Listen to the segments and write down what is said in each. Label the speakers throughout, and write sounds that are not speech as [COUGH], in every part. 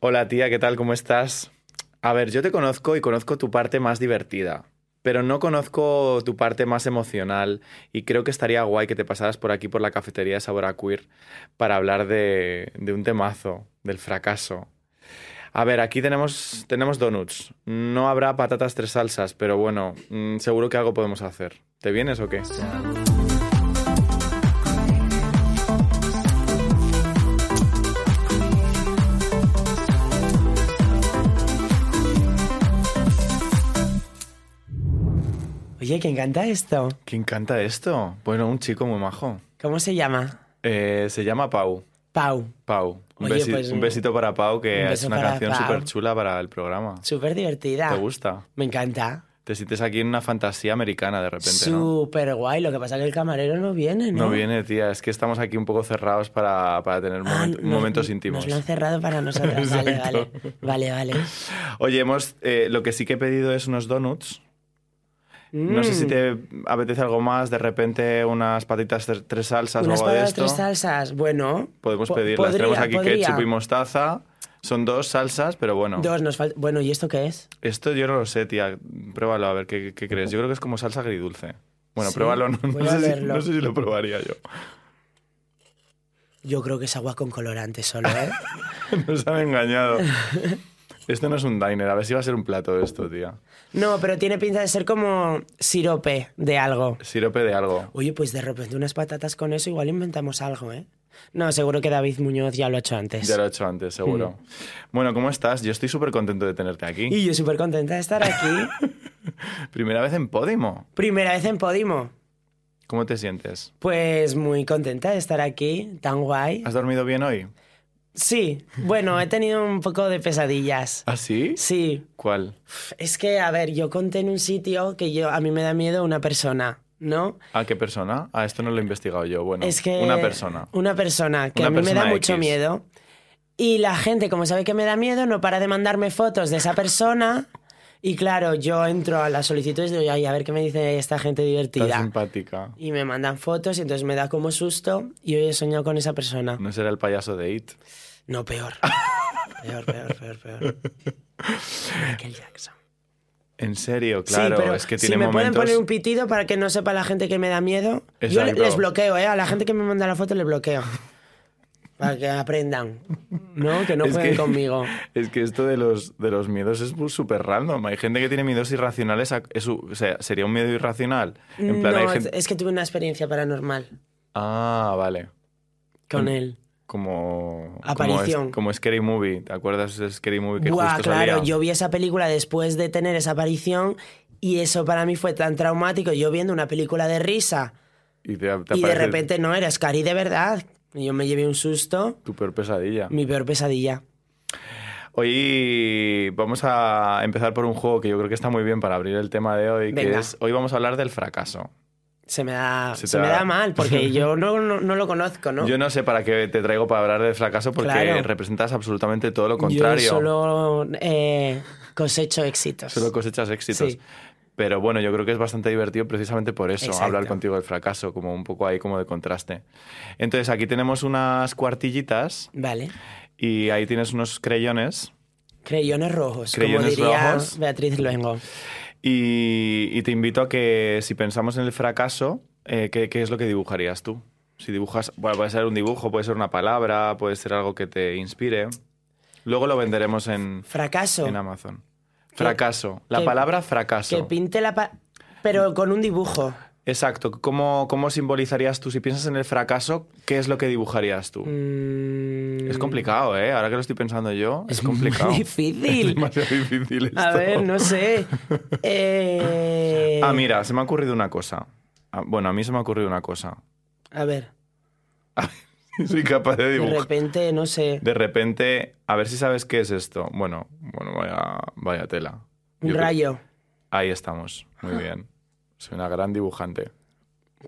Speaker 1: Hola tía, ¿qué tal? ¿Cómo estás? A ver, yo te conozco y conozco tu parte más divertida, pero no conozco tu parte más emocional y creo que estaría guay que te pasaras por aquí por la cafetería de Sabor a Queer para hablar de, de un temazo, del fracaso. A ver, aquí tenemos, tenemos donuts. No habrá patatas tres salsas, pero bueno, mm, seguro que algo podemos hacer. ¿Te vienes o qué?
Speaker 2: Oye, ¿quién canta esto?
Speaker 1: ¿Quién canta esto? Bueno, un chico muy majo.
Speaker 2: ¿Cómo se llama?
Speaker 1: Eh, se llama Pau.
Speaker 2: Pau.
Speaker 1: Pau. Un,
Speaker 2: Oye,
Speaker 1: besi-
Speaker 2: pues,
Speaker 1: un besito para Pau,
Speaker 2: un
Speaker 1: que es
Speaker 2: beso
Speaker 1: una
Speaker 2: para
Speaker 1: canción
Speaker 2: Pau.
Speaker 1: súper chula para el programa.
Speaker 2: Súper divertida.
Speaker 1: ¿Te gusta?
Speaker 2: Me encanta.
Speaker 1: Te sientes aquí en una fantasía americana de repente, ¿no?
Speaker 2: Súper guay. Lo que pasa es que el camarero no viene, ¿no?
Speaker 1: No viene, tía. Es que estamos aquí un poco cerrados para, para tener
Speaker 2: Ah,
Speaker 1: momen-
Speaker 2: nos-
Speaker 1: momentos íntimos.
Speaker 2: Nos lo han cerrado para nosotras. vale, vale.
Speaker 1: [LAUGHS] Exacto.
Speaker 2: Vale, vale.
Speaker 1: Oye, hemos, eh, lo que sí que he pedido es unos donuts. No sé si
Speaker 2: Mm,
Speaker 1: te apetece algo más, de repente unas patitas tre- tres salsas
Speaker 2: Unas
Speaker 1: o algo de
Speaker 2: patatas
Speaker 1: esto.
Speaker 2: tres salsas. Bueno.
Speaker 1: Podemos
Speaker 2: po-
Speaker 1: pedirlas. Tenemos
Speaker 2: podría,
Speaker 1: aquí
Speaker 2: podría.
Speaker 1: ketchup y mostaza. Son dos salsas, pero bueno.
Speaker 2: Dos nos falta. Bueno, ¿y esto qué es?
Speaker 1: Esto yo no lo sé, tía. Pruébalo, a ver ¿qué, qué crees. Yo creo que es como salsa agridulce. Bueno,
Speaker 2: Sí,
Speaker 1: pruébalo. No, no
Speaker 2: voy a
Speaker 1: sé si,
Speaker 2: verlo.
Speaker 1: no sé si lo probaría yo. [LAUGHS]
Speaker 2: Yo creo que es agua con colorante
Speaker 1: [LAUGHS]
Speaker 2: solo, ¿eh?
Speaker 1: Nos han
Speaker 2: [LAUGHS]
Speaker 1: engañado. Esto no es un diner. A ver si va a ser un plato esto, tía.
Speaker 2: no, pero tiene pinta de ser como sirope de algo.
Speaker 1: Sirope de algo.
Speaker 2: Oye, pues de repente unas patatas con eso, igual inventamos algo, ¿eh? No, seguro que David Muñoz ya lo ha hecho antes.
Speaker 1: Ya lo he hecho antes, seguro. Bueno, ¿cómo estás? Yo estoy súper contento de tenerte aquí.
Speaker 2: Y yo súper contenta de estar aquí.
Speaker 1: Primera vez en Podimo.
Speaker 2: Primera vez en Podimo.
Speaker 1: ¿Cómo te sientes?
Speaker 2: Pues muy contenta de estar aquí, tan guay.
Speaker 1: ¿Has dormido bien hoy?
Speaker 2: Sí, bueno, he tenido un poco de pesadillas.
Speaker 1: ¿Ah, sí?
Speaker 2: Sí,
Speaker 1: ¿Cuál?
Speaker 2: es que, a ver, yo conté en un sitio que yo, a mí me da miedo una persona, ¿no?
Speaker 1: ¿A qué persona? A esto no lo he investigado yo. Bueno,
Speaker 2: Es que...
Speaker 1: una persona.
Speaker 2: Una persona, que
Speaker 1: Una
Speaker 2: a mí me da
Speaker 1: persona
Speaker 2: mucho
Speaker 1: X.
Speaker 2: miedo. Y la gente, como sabe que me da miedo, no para de mandarme fotos de esa persona. Y claro, yo entro a las solicitudes y digo, ay, a ver qué me dice esta gente
Speaker 1: Estás
Speaker 2: divertida.
Speaker 1: simpática.
Speaker 2: Y me mandan fotos y entonces me da como susto y hoy he soñado con esa persona.
Speaker 1: ¿No será el payaso de It? [LAUGHS]
Speaker 2: No, peor. Peor, peor, peor, peor. Michael Jackson.
Speaker 1: En serio, [LAUGHS] claro,
Speaker 2: sí, pero
Speaker 1: es que
Speaker 2: si
Speaker 1: tiene
Speaker 2: me pueden
Speaker 1: momentos.
Speaker 2: poner un pitido para que no sepa la gente que me da miedo, yo le-
Speaker 1: Exacto.
Speaker 2: les bloqueo, ¿eh? A la gente que me manda la foto les bloqueo. Para que aprendan, ¿no? Que no
Speaker 1: Es
Speaker 2: jueguen
Speaker 1: que-
Speaker 2: conmigo.
Speaker 1: [LAUGHS] Es que esto de los, de los miedos es bu- súper random. Hay gente que tiene miedos irracionales. a- es u- o sea, sería un miedo irracional. [LAUGHS] En plan,
Speaker 2: no,
Speaker 1: hay
Speaker 2: es- e-,
Speaker 1: gente.
Speaker 2: es que tuve una experiencia paranormal
Speaker 1: Ah, vale.
Speaker 2: con
Speaker 1: Mm.
Speaker 2: él.
Speaker 1: Como. Como,
Speaker 2: Aparición.
Speaker 1: es- como Scary Movie. ¿Te acuerdas de Scary Movie que
Speaker 2: Buah,
Speaker 1: justo
Speaker 2: claro,
Speaker 1: salía?
Speaker 2: yo vi esa película después de tener esa aparición y eso para mí fue tan traumático. Yo viendo una película de risa
Speaker 1: Y, te, te
Speaker 2: y de
Speaker 1: aparece
Speaker 2: repente no era Scary de verdad. Y Yo me llevé un susto,
Speaker 1: Tu peor pesadilla.
Speaker 2: mi peor pesadilla.
Speaker 1: Hoy vamos a empezar por un juego que yo creo que está muy bien para abrir el tema de hoy, que
Speaker 2: Venga.
Speaker 1: es. Hoy vamos a hablar del fracaso.
Speaker 2: Se me da,
Speaker 1: Se te
Speaker 2: se me
Speaker 1: da-
Speaker 2: da mal
Speaker 1: [LAUGHS]
Speaker 2: porque yo no, no- no lo conozco, ¿no?
Speaker 1: Yo no sé para qué te traigo para hablar del fracaso porque
Speaker 2: Claro.
Speaker 1: representas absolutamente todo lo
Speaker 2: Yo
Speaker 1: contrario.
Speaker 2: solo eh, cosecho éxitos.
Speaker 1: Solo cosechas éxitos.
Speaker 2: Sí.
Speaker 1: Pero bueno, yo creo que es bastante divertido precisamente por eso,
Speaker 2: Exacto.
Speaker 1: hablar contigo del fracaso, como un poco ahí como de contraste. Entonces, aquí tenemos unas cuartillitas
Speaker 2: Vale.
Speaker 1: y ahí tienes unos creyones
Speaker 2: Creyones rojos,
Speaker 1: Creyones
Speaker 2: como diría
Speaker 1: rojos.
Speaker 2: Beatriz Luengo.
Speaker 1: y, y te invito a que si pensamos en el fracaso, eh, ¿qué, qué es lo que dibujarías tú? Si dibujas, bueno, puede ser un dibujo, puede ser una palabra, puede ser algo que te inspire. Luego lo venderemos en,
Speaker 2: Fracaso.
Speaker 1: en Amazon. Fracaso. La
Speaker 2: qué-
Speaker 1: palabra
Speaker 2: Que
Speaker 1: fracaso.
Speaker 2: pinte la... pa- Pero con un dibujo.
Speaker 1: Exacto. ¿Cómo, ¿Cómo simbolizarías tú? Si piensas en el fracaso, ¿qué es lo que dibujarías tú?
Speaker 2: Mm,
Speaker 1: Es complicado, ¿eh? Ahora que lo estoy pensando yo, es, complicado.
Speaker 2: Muy
Speaker 1: Es
Speaker 2: [LAUGHS] difícil.
Speaker 1: demasiado difícil esto.
Speaker 2: A ver, no sé. Eh,
Speaker 1: [LAUGHS] Ah, mira, se me ha ocurrido una cosa. Ah, Bueno, a mí se me ha ocurrido una cosa. [LAUGHS]
Speaker 2: A ver,
Speaker 1: Soy capaz de
Speaker 2: de
Speaker 1: dibujar.
Speaker 2: repente, no sé.
Speaker 1: De repente, a ver si sabes qué es esto. Bueno, bueno, vaya, vaya tela. Yo
Speaker 2: Un
Speaker 1: creo-
Speaker 2: rayo.
Speaker 1: Ahí estamos. Muy bien. Soy una gran dibujante.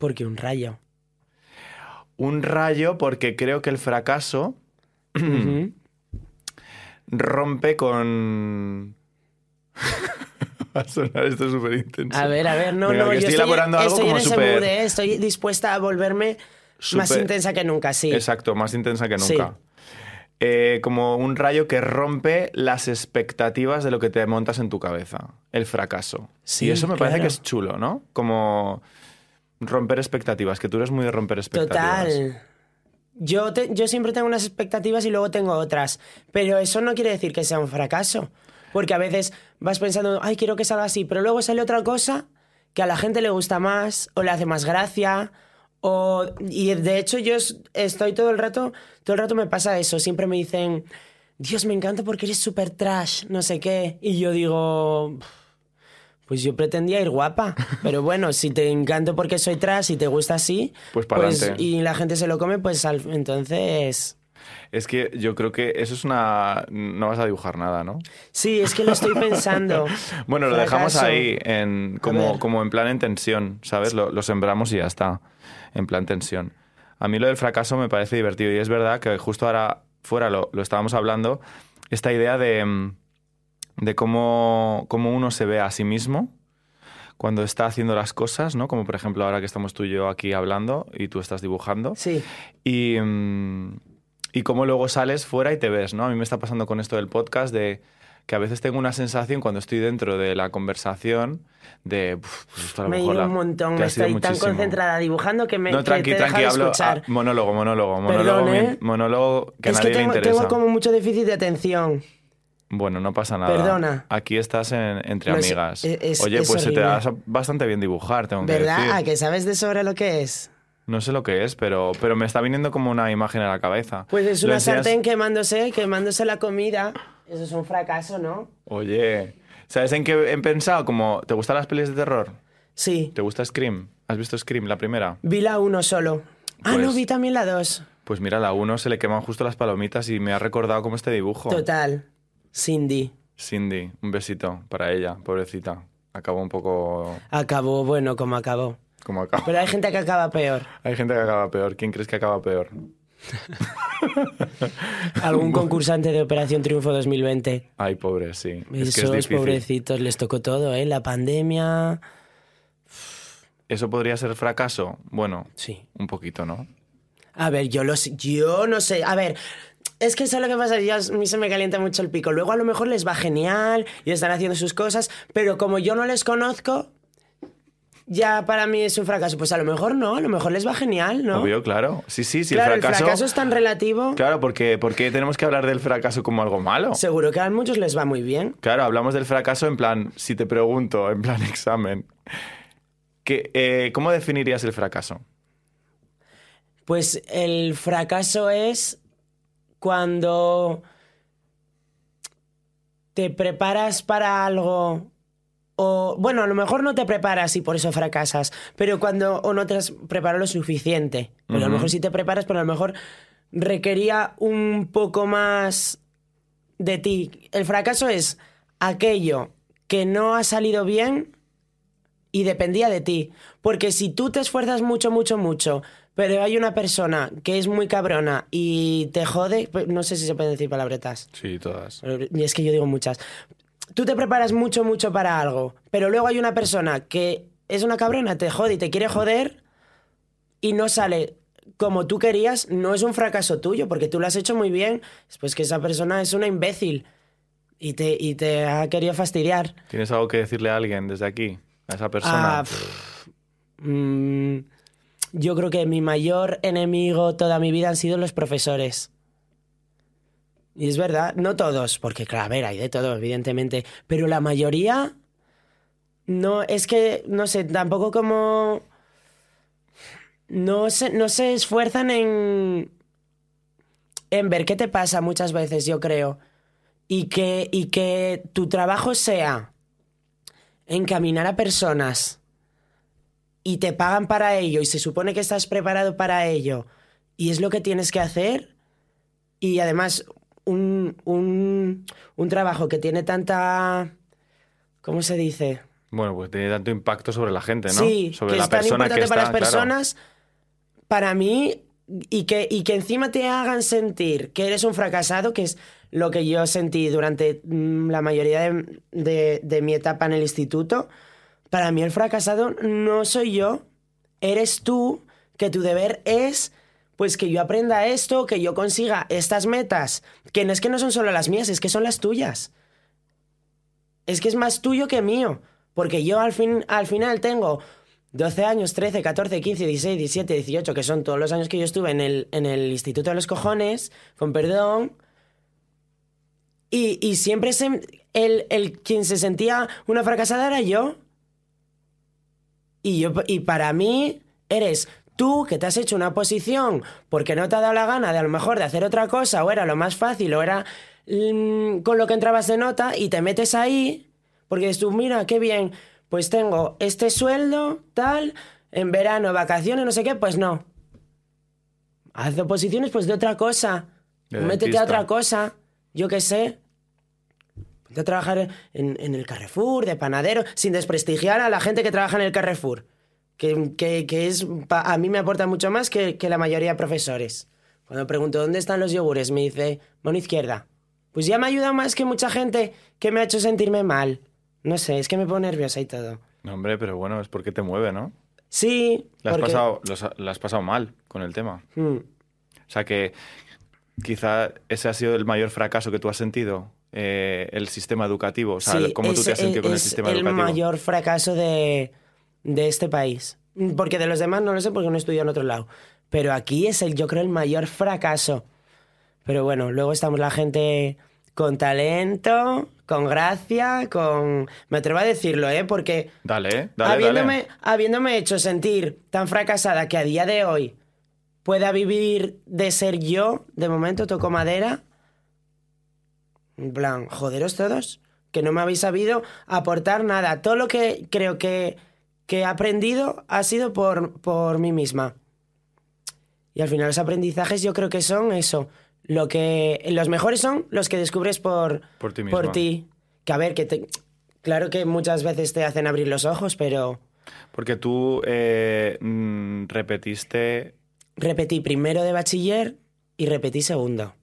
Speaker 2: Porque
Speaker 1: [CLEARS THROAT]
Speaker 2: un rayo.
Speaker 1: Un rayo porque creo que el fracaso
Speaker 2: Ujú.
Speaker 1: rompe con. [LAUGHS] Va a sonar esto súper intenso.
Speaker 2: A ver, a ver, no,
Speaker 1: Venga,
Speaker 2: no.
Speaker 1: que
Speaker 2: yo
Speaker 1: estoy elaborando algo
Speaker 2: estoy
Speaker 1: como
Speaker 2: en ese
Speaker 1: súper-
Speaker 2: mood, ¿eh? Estoy dispuesta a volverme más
Speaker 1: Súper-
Speaker 2: intensa que nunca, sí.
Speaker 1: Exacto, más intensa que
Speaker 2: Sí.
Speaker 1: nunca. eh, como un rayo que rompe las expectativas de lo que te montas en tu cabeza, el fracaso.
Speaker 2: Sí,
Speaker 1: y eso me parece
Speaker 2: claro.
Speaker 1: que es chulo, ¿no? Como romper expectativas, que tú eres muy de romper expectativas.
Speaker 2: Total. Yo, te- yo siempre tengo unas expectativas y luego tengo otras. Pero eso no quiere decir que sea un fracaso. Porque a veces vas pensando, ay, quiero que salga así, pero luego sale otra cosa que a la gente le gusta más o le hace más gracia. O... Y de hecho yo es- estoy todo el rato, todo el rato me pasa eso. Siempre me dicen, Dios, me encanta porque eres súper trash, no sé qué. Y yo digo, pues yo pretendía
Speaker 1: [LAUGHS]
Speaker 2: ir guapa, pero bueno, si te encanto porque soy trash y te gusta así,
Speaker 1: Pues pa'lante.
Speaker 2: y la gente se lo come, pues al- entonces...
Speaker 1: Es que yo creo que eso es una... No vas a dibujar nada, ¿no?
Speaker 2: Sí, es que lo estoy pensando.
Speaker 1: [LAUGHS] Bueno, lo dejamos
Speaker 2: Fracaso.
Speaker 1: ahí, en, como,
Speaker 2: ver.
Speaker 1: como en plan en tensión, ¿sabes? Lo, lo sembramos y ya está, en plan tensión. A mí lo del fracaso me parece divertido y es verdad que justo ahora fuera lo, lo estábamos hablando, esta idea de, mm, de cómo, cómo uno se ve a sí mismo cuando está haciendo las cosas, ¿no? Como por ejemplo ahora que estamos tú y yo aquí hablando y tú estás dibujando.
Speaker 2: Sí,
Speaker 1: Y, mm, y cómo luego sales fuera y te ves, ¿no? A mí me está pasando con esto del podcast de que a veces tengo una sensación cuando estoy dentro de la conversación de... "Uf, pues esto a lo
Speaker 2: me he
Speaker 1: mejor
Speaker 2: ido
Speaker 1: la-
Speaker 2: un montón,
Speaker 1: que ha sido
Speaker 2: estoy tan
Speaker 1: muchísimo".
Speaker 2: concentrada dibujando que me
Speaker 1: No,
Speaker 2: que
Speaker 1: tranqui,
Speaker 2: te he
Speaker 1: tranqui,
Speaker 2: dejado
Speaker 1: hablo...
Speaker 2: escuchar.
Speaker 1: ah, monólogo, monólogo,
Speaker 2: Perdón,
Speaker 1: monólogo, min-
Speaker 2: ¿eh?
Speaker 1: monólogo que a
Speaker 2: es
Speaker 1: nadie
Speaker 2: que tengo,
Speaker 1: le interesa.
Speaker 2: tengo como mucho déficit de atención.
Speaker 1: Bueno, no pasa nada.
Speaker 2: Perdona.
Speaker 1: Aquí estás en- entre
Speaker 2: Lo es-
Speaker 1: amigas.
Speaker 2: e- es-
Speaker 1: Oye,
Speaker 2: es
Speaker 1: pues se te da
Speaker 2: horrible.
Speaker 1: bastante bien dibujar, tengo que
Speaker 2: ¿Verdad?
Speaker 1: decir.
Speaker 2: ¿A que sabes de sobre lo que es?
Speaker 1: No sé lo que es, pero, pero me está viniendo como una imagen a la cabeza.
Speaker 2: Pues es
Speaker 1: Lo
Speaker 2: una
Speaker 1: enseñas-
Speaker 2: sartén quemándose, quemándose la comida. Eso es un fracaso, ¿no?
Speaker 1: Oye, ¿sabes en qué he pensado? Como, ¿te gustan las pelis de terror?
Speaker 2: Sí.
Speaker 1: ¿Te gusta Scream? ¿Has visto Scream, la primera?
Speaker 2: Vi la uno solo. Ah,
Speaker 1: Pues-
Speaker 2: no, vi también la dos.
Speaker 1: Pues mira, la 1 se le queman justo las palomitas y me ha recordado como este dibujo.
Speaker 2: Total. Cindy.
Speaker 1: Cindy, un besito para ella, pobrecita. Acabó un poco
Speaker 2: Acabó, bueno, como acabó.
Speaker 1: como acaba.
Speaker 2: Pero hay gente que acaba peor.
Speaker 1: Hay gente que acaba peor. ¿Quién crees que acaba peor? [LAUGHS]
Speaker 2: Algún concursante de Operación Triunfo 2020.
Speaker 1: Ay, pobre, sí. es que es
Speaker 2: Esos
Speaker 1: difícil.
Speaker 2: pobrecitos les tocó todo, ¿eh? La pandemia.
Speaker 1: ¿Eso podría ser fracaso? Bueno,
Speaker 2: Sí.
Speaker 1: un poquito, ¿no?
Speaker 2: A ver, yo lo sé- yo no sé. A ver, es que eso es lo que pasa. Yo, a mí se me calienta mucho el pico. Luego a lo mejor les va genial y están haciendo sus cosas, pero como yo no les conozco, ya para mí es un fracaso. Pues a lo mejor no, a lo mejor les va genial, ¿no?
Speaker 1: Obvio, claro. Sí, sí, sí.
Speaker 2: claro,
Speaker 1: el fracaso,
Speaker 2: es tan relativo.
Speaker 1: Claro, porque, porque tenemos que hablar del fracaso como algo malo.
Speaker 2: Seguro que a muchos les va muy bien.
Speaker 1: Claro, hablamos del fracaso en plan, si te pregunto, en plan [LAUGHS] examen. que, eh, ¿Cómo definirías el fracaso?
Speaker 2: Pues el fracaso es cuando te preparas para algo o bueno, a lo mejor no te preparas y por eso fracasas, pero cuando o no te has preparado lo suficiente. Pero a lo
Speaker 1: Ujú.
Speaker 2: mejor sí te preparas, pero a lo mejor requería un poco más de ti. El fracaso es aquello que no ha salido bien y dependía de ti. Porque si tú te esfuerzas mucho, mucho, mucho, pero hay una persona que es muy cabrona y te jode, pues, no sé si se pueden decir palabretas.
Speaker 1: Sí, todas.
Speaker 2: Y es que yo digo muchas. Tú te preparas mucho, mucho para algo, pero luego hay una persona que es una cabrona, te jode y te quiere joder y no sale como tú querías, no es un fracaso tuyo, porque tú lo has hecho muy bien, pues que esa persona es una imbécil y te, y te ha querido fastidiar.
Speaker 1: ¿Tienes algo que decirle a alguien desde aquí? A esa persona.
Speaker 2: Ah, pff, mm, yo creo que mi mayor enemigo toda mi vida han sido los profesores. Y es verdad, no todos, porque claro, a ver, hay de todo, evidentemente, pero la mayoría no, es que, no sé, tampoco como... No se, no se esfuerzan en, en ver qué te pasa muchas veces, yo creo. Y que, y que tu trabajo sea encaminar a personas y te pagan para ello y se supone que estás preparado para ello y es lo que tienes que hacer y además un, un, un trabajo que tiene tanta... ¿Cómo se dice?
Speaker 1: bueno, pues tiene tanto impacto sobre la gente, ¿no?
Speaker 2: Sí,
Speaker 1: sobre
Speaker 2: que
Speaker 1: la
Speaker 2: es tan
Speaker 1: persona
Speaker 2: importante
Speaker 1: que está.
Speaker 2: para las
Speaker 1: claro.
Speaker 2: personas, para mí, y que, y que encima te hagan sentir que eres un fracasado, que es lo que yo sentí durante mm, la mayoría de, de- de mi etapa en el instituto, para mí el fracasado no soy yo, eres tú, que tu deber es pues que yo aprenda esto, que yo consiga estas metas, que no es que no son solo las mías, es que son las tuyas. Es que es más tuyo que mío, porque yo al, fin, al final tengo 12 años, 13, 14, 15, 16, 17, 18, que son todos los años que yo estuve en el, en el Instituto de los Cojones, con perdón. Y, y siempre se, el, el, quien se sentía una fracasada era yo. Y, yo, y para mí eres tú que te has hecho una posición porque no te ha dado la gana de a lo mejor de hacer otra cosa o era lo más fácil o era mmm, con lo que entrabas de nota y te metes ahí porque dices tú, mira, qué bien, pues tengo este sueldo, tal, en verano, vacaciones, no sé qué, pues no. Haz oposiciones pues de otra cosa. De Métete dentista. a otra cosa, yo qué sé. Ponte a trabajar en, en el Carrefour, de panadero, sin desprestigiar a la gente que trabaja en el Carrefour. Que, que, que, es, a mí me aporta mucho más que, que, la mayoría de profesores. Cuando pregunto dónde están los yogures, me dice, mano izquierda. Pues ya me ayuda más que mucha gente que me ha hecho sentirme mal. No sé, es que me pone nerviosa y todo.
Speaker 1: No, hombre, pero bueno, es porque te mueve, ¿no?
Speaker 2: Sí.
Speaker 1: La
Speaker 2: porque... mm.
Speaker 1: has, pasado, los, la has pasado mal con el tema. Hmm. O sea que quizá ese ha sido el mayor fracaso que tú has sentido. Eh, el sistema educativo, o sea,
Speaker 2: sí,
Speaker 1: cómo tú
Speaker 2: es,
Speaker 1: te has sentido
Speaker 2: es,
Speaker 1: con el sistema
Speaker 2: el
Speaker 1: educativo.
Speaker 2: El mayor fracaso de, de este país. Porque de los demás no lo sé porque no estudiado en otro lado. Pero aquí es el, yo creo, el mayor fracaso. Pero bueno, luego estamos la gente con talento, con gracia, con. Me atrevo a decirlo, ¿eh? Porque.
Speaker 1: Dale, dale.
Speaker 2: Habiéndome,
Speaker 1: dale.
Speaker 2: habiéndome hecho sentir tan fracasada que a día de hoy pueda vivir de ser yo, de momento toco madera. En plan, joderos todos, que no me habéis sabido aportar nada. Todo lo que creo que que he aprendido ha sido por, por, mí misma. Y al final los aprendizajes yo creo que son eso. Lo que, los mejores son los que descubres por,
Speaker 1: por ti.
Speaker 2: Por ti. Que a ver, que te, claro que muchas veces te hacen abrir los ojos, pero...
Speaker 1: Porque tú eh, repetiste...
Speaker 2: Repetí primero de bachiller y repetí segundo.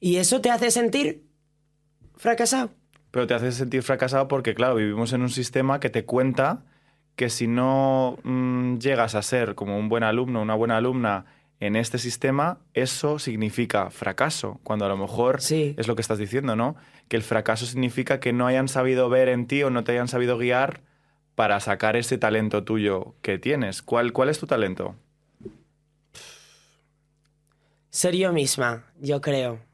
Speaker 2: Y eso te hace sentir fracasado
Speaker 1: pero te hace sentir fracasado porque, claro, vivimos en un sistema que te cuenta que si no mmm, llegas a ser como un buen alumno, una buena alumna en este sistema, eso significa fracaso, cuando a lo mejor
Speaker 2: sí.
Speaker 1: es lo que estás diciendo, ¿no? Que el fracaso significa que no hayan sabido ver en ti o no te hayan sabido guiar para sacar ese talento tuyo que tienes. ¿Cuál, cuál es tu talento?
Speaker 2: Ser yo misma, yo creo.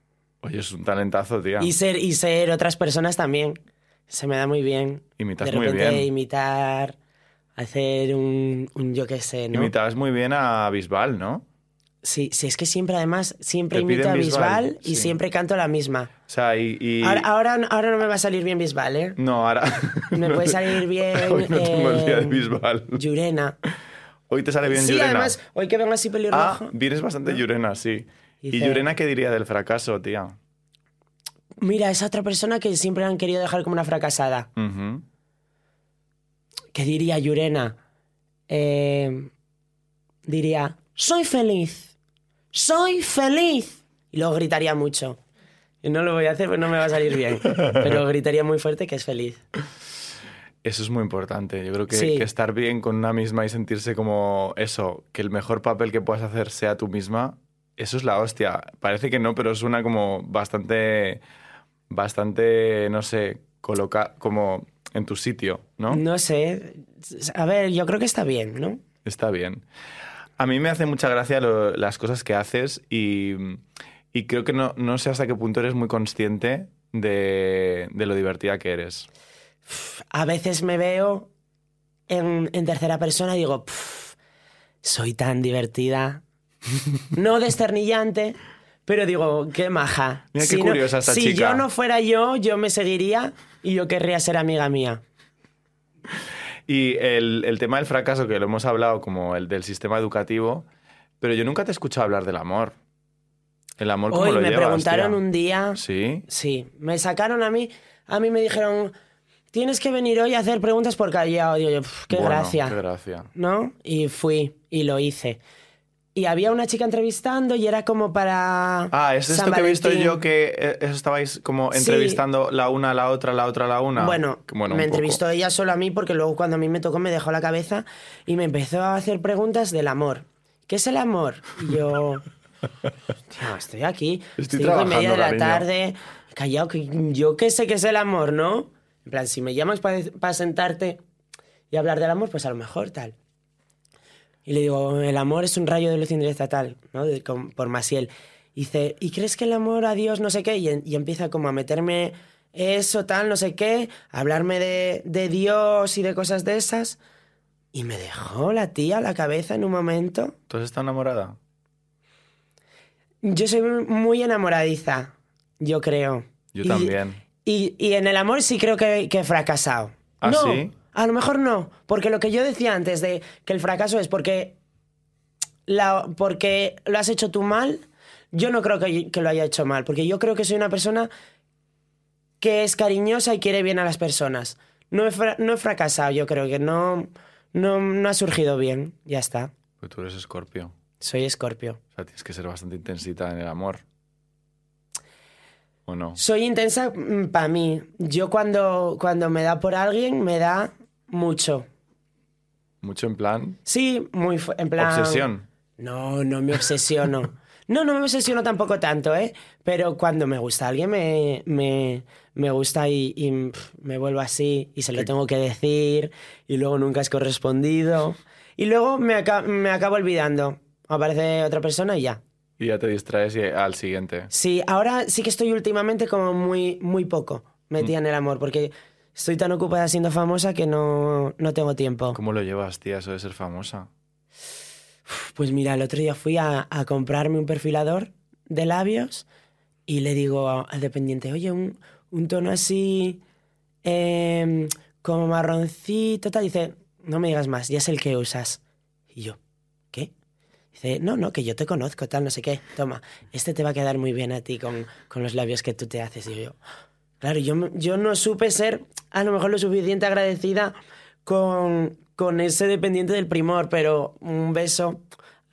Speaker 1: Oye, es un talentazo, tía.
Speaker 2: Y ser, y ser otras personas también. Se me da muy bien.
Speaker 1: Imitas
Speaker 2: de
Speaker 1: repente,
Speaker 2: muy bien. imitar, hacer un, un yo qué sé, ¿no?
Speaker 1: Imitabas muy bien a Bisbal, ¿no?
Speaker 2: Sí, sí, es que siempre, además, siempre Te imito a Bisbal, Bisbal y sí. siempre canto la misma.
Speaker 1: O sea, y... y...
Speaker 2: Ahora, ahora, ahora, no me va a salir bien Bisbal, ¿eh?
Speaker 1: No, ahora...
Speaker 2: [LAUGHS] Me
Speaker 1: no [LAUGHS]
Speaker 2: puede salir bien... eh,
Speaker 1: Hoy no tengo el día de Bisbal.
Speaker 2: Llurena.
Speaker 1: Hoy te sale bien
Speaker 2: sí,
Speaker 1: Llurena.
Speaker 2: además, hoy que vengo así pelirrojo...
Speaker 1: Ah, vienes bastante Llurena, sí. ¿Y, ¿Y Llurena qué diría del fracaso, tía?
Speaker 2: Mira, esa otra persona que siempre han querido dejar como una fracasada.
Speaker 1: Uh -huh.
Speaker 2: ¿Qué diría Yurena? Eh, diría, soy feliz, soy feliz. Y luego gritaría mucho. Y no lo voy a hacer, pues no me va a
Speaker 1: [LAUGHS]
Speaker 2: salir bien. pero gritaría muy fuerte que es feliz.
Speaker 1: Eso es muy importante. Yo creo que,
Speaker 2: sí.
Speaker 1: que, estar bien con una misma y sentirse como eso, que el mejor papel que puedas hacer sea tú misma, eso es la hostia. Parece que no, pero suena como bastante, bastante, no sé, coloca como en tu sitio, ¿no?
Speaker 2: No sé. A ver, yo creo que está bien, ¿no?
Speaker 1: Está bien. A mí me hace mucha gracia lo, las cosas que haces y, y creo que no, no, sé hasta qué punto eres muy consciente de, de lo divertida que eres.
Speaker 2: A veces me veo en, en tercera persona y digo, soy
Speaker 1: [LAUGHS]
Speaker 2: tan divertida. no desternillante, pero digo, qué maja.
Speaker 1: Mira
Speaker 2: si
Speaker 1: qué curiosa
Speaker 2: no,
Speaker 1: esa
Speaker 2: si
Speaker 1: chica.
Speaker 2: yo no fuera yo, yo me seguiría y yo querría ser amiga mía.
Speaker 1: Y el, el tema del fracaso, que lo hemos hablado como el del sistema educativo, pero yo nunca te he escuchado hablar del amor. El amor como
Speaker 2: Hoy
Speaker 1: lo
Speaker 2: me
Speaker 1: llevas,
Speaker 2: preguntaron
Speaker 1: tía?
Speaker 2: un día.
Speaker 1: ¿Sí?
Speaker 2: Sí, me sacaron a mí, a mí me dijeron, tienes que venir hoy a hacer preguntas por callado. Digo yo, "Pf, qué
Speaker 1: Bueno,
Speaker 2: gracia.
Speaker 1: Qué gracia.
Speaker 2: ¿no? Y fui y lo hice. Y había una chica entrevistando y era como para.
Speaker 1: Ah, es esto
Speaker 2: San
Speaker 1: que he visto
Speaker 2: Valentín.
Speaker 1: yo que eh, eso estabais como
Speaker 2: Sí.
Speaker 1: entrevistando la una a la otra, la otra a la una.
Speaker 2: Bueno,
Speaker 1: Que, bueno,
Speaker 2: me
Speaker 1: un poco.
Speaker 2: entrevistó ella solo a mí porque luego cuando a mí me tocó me dejó la cabeza y me empezó a hacer preguntas del amor. ¿qué es el amor? Y yo, hostia, estoy aquí,
Speaker 1: Estoy
Speaker 2: cinco y
Speaker 1: trabajando,
Speaker 2: media de la
Speaker 1: cariño.
Speaker 2: tarde, callado, que yo qué sé qué es el amor, ¿no? En plan, si me llamas para sentarte y hablar del amor, pues a lo mejor tal. Y le digo, el amor es un rayo de luz indirecta tal, ¿no? De- con- por Maciel. Y dice, ¿y crees que el amor a Dios no sé qué? Y, en- y empieza como a meterme eso, tal, no sé qué, a hablarme de, de Dios y de cosas de esas. Y me dejó la tía la cabeza en un momento.
Speaker 1: ¿Tú has estado enamorada?
Speaker 2: Yo soy muy enamoradiza, yo creo.
Speaker 1: Yo
Speaker 2: Y-
Speaker 1: también.
Speaker 2: Y, y en el amor sí creo que, que he fracasado.
Speaker 1: ¿Ah,
Speaker 2: no,
Speaker 1: sí?
Speaker 2: a lo mejor no. Porque lo que yo decía antes de que el fracaso es porque, la, porque lo has hecho tú mal, yo no creo que, que lo haya hecho mal. Porque yo creo que soy una persona que es cariñosa y quiere bien a las personas. No he, fra- no he fracasado, yo creo que no, no, no ha surgido bien. Ya está.
Speaker 1: Pues tú eres escorpio.
Speaker 2: Soy escorpio.
Speaker 1: O sea, tienes que ser bastante intensita en el amor. ¿O no?
Speaker 2: Soy intensa para mí. Yo cuando, cuando me da por alguien, me da mucho.
Speaker 1: Mucho en plan.
Speaker 2: Sí, muy fu- en plan...
Speaker 1: Obsesión.
Speaker 2: No, no me obsesiono. [LAUGHS] No, no me obsesiono tampoco tanto, ¿eh? Pero cuando me gusta alguien, me, me, me gusta y, y, pff, me vuelvo así y se lo tengo que decir y luego nunca es correspondido. Y luego me, aca- me acabo olvidando. Aparece otra persona y ya.
Speaker 1: Y ya te distraes y al siguiente.
Speaker 2: Sí, ahora sí que estoy últimamente como muy, muy poco metida en el amor, porque estoy tan ocupada siendo famosa que no, no tengo tiempo.
Speaker 1: ¿Cómo lo llevas, tía, eso de ser famosa?
Speaker 2: Pues mira, el otro día fui a, a comprarme un perfilador de labios y le digo a- al dependiente, oye, un, un tono así em, como marroncito, tal. Dice, no me digas más, ya es el que usas. Y yo, ¿qué? Dice, no, no, que yo te conozco, tal, no sé qué. Toma, este te va a quedar muy bien a ti con, con los labios que tú te haces. Y yo, claro, yo, me- yo no supe ser a lo mejor lo suficiente agradecida con, con ese dependiente del primor, pero un beso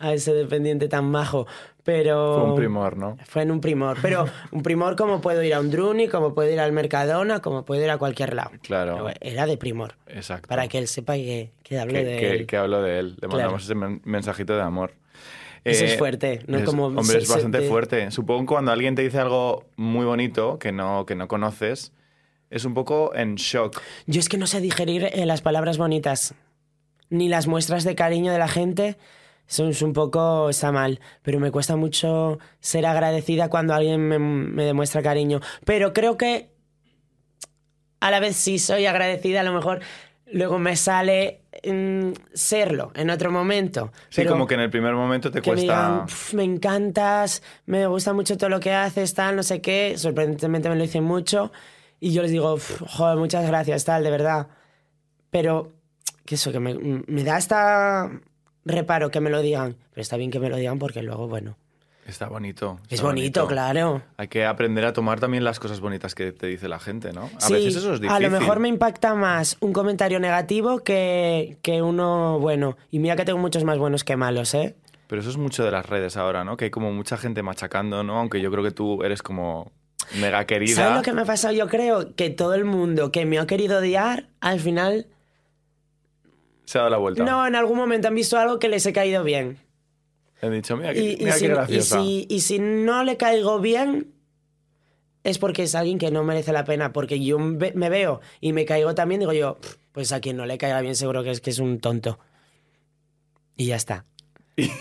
Speaker 2: a ese dependiente tan majo. Pero...
Speaker 1: Fue un primor, ¿no?
Speaker 2: Fue en un primor,
Speaker 1: [LAUGHS]
Speaker 2: pero un primor como puedo ir a un Druni, como puedo ir al Mercadona, como puedo ir a cualquier lado.
Speaker 1: Claro.
Speaker 2: Pero Era de primor,
Speaker 1: Exacto.
Speaker 2: para que él sepa que, que hablo
Speaker 1: que,
Speaker 2: de
Speaker 1: que-
Speaker 2: él.
Speaker 1: que hablo de él. Le mandamos ese men- mensajito de amor.
Speaker 2: Eso es fuerte, ¿no? Como
Speaker 1: hombre, es
Speaker 2: se- se
Speaker 1: bastante
Speaker 2: te-
Speaker 1: fuerte. Supongo que cuando alguien te dice algo muy bonito que no, que no conoces, es un poco en shock.
Speaker 2: Yo es que no sé digerir eh, las palabras bonitas, ni las muestras de cariño de la gente. Eso es un poco, está mal, pero me cuesta mucho ser agradecida cuando alguien me, me demuestra cariño. Pero creo que a la vez si soy agradecida, a lo mejor luego me sale mm, serlo en otro momento.
Speaker 1: Sí,
Speaker 2: Pero-
Speaker 1: como que en el primer momento te
Speaker 2: que me
Speaker 1: cuesta.
Speaker 2: digan, "Pf, me encantas, me gusta mucho todo lo que haces, tal, no sé qué. Sorprendentemente me lo dicen mucho. Y yo les digo, "Pf, joder, muchas gracias, tal, de verdad. Pero, que eso, que me, me da hasta reparo que me lo digan. Pero está bien que me lo digan porque luego, bueno,
Speaker 1: Está bonito.
Speaker 2: es
Speaker 1: está
Speaker 2: bonito, claro.
Speaker 1: Hay que aprender a tomar también las cosas bonitas que te dice la gente, ¿no? A
Speaker 2: Sí,
Speaker 1: veces eso es difícil.
Speaker 2: A lo mejor me impacta más un comentario negativo que, que uno bueno. Y mira que tengo muchos más buenos que malos, ¿eh?
Speaker 1: Pero eso es mucho de las redes ahora, ¿no? Que hay como mucha gente machacando, ¿no? Aunque yo creo que tú eres como mega querida.
Speaker 2: ¿Sabes lo que me ha pasado? Yo creo que todo el mundo que me ha querido odiar, al final,
Speaker 1: Se ha dado la vuelta.
Speaker 2: no, en algún momento han visto algo que les he caído bien.
Speaker 1: He dicho, mira, qué-
Speaker 2: Y, y
Speaker 1: mira
Speaker 2: si,
Speaker 1: qué
Speaker 2: y
Speaker 1: graciosa.
Speaker 2: si- y si no le caigo bien, es porque es alguien que no merece la pena. Porque yo ve- me veo y me caigo también, digo yo, "Pff, pues a quien no le caiga bien seguro que es que es un tonto. Y
Speaker 1: [LAUGHS]
Speaker 2: ya está.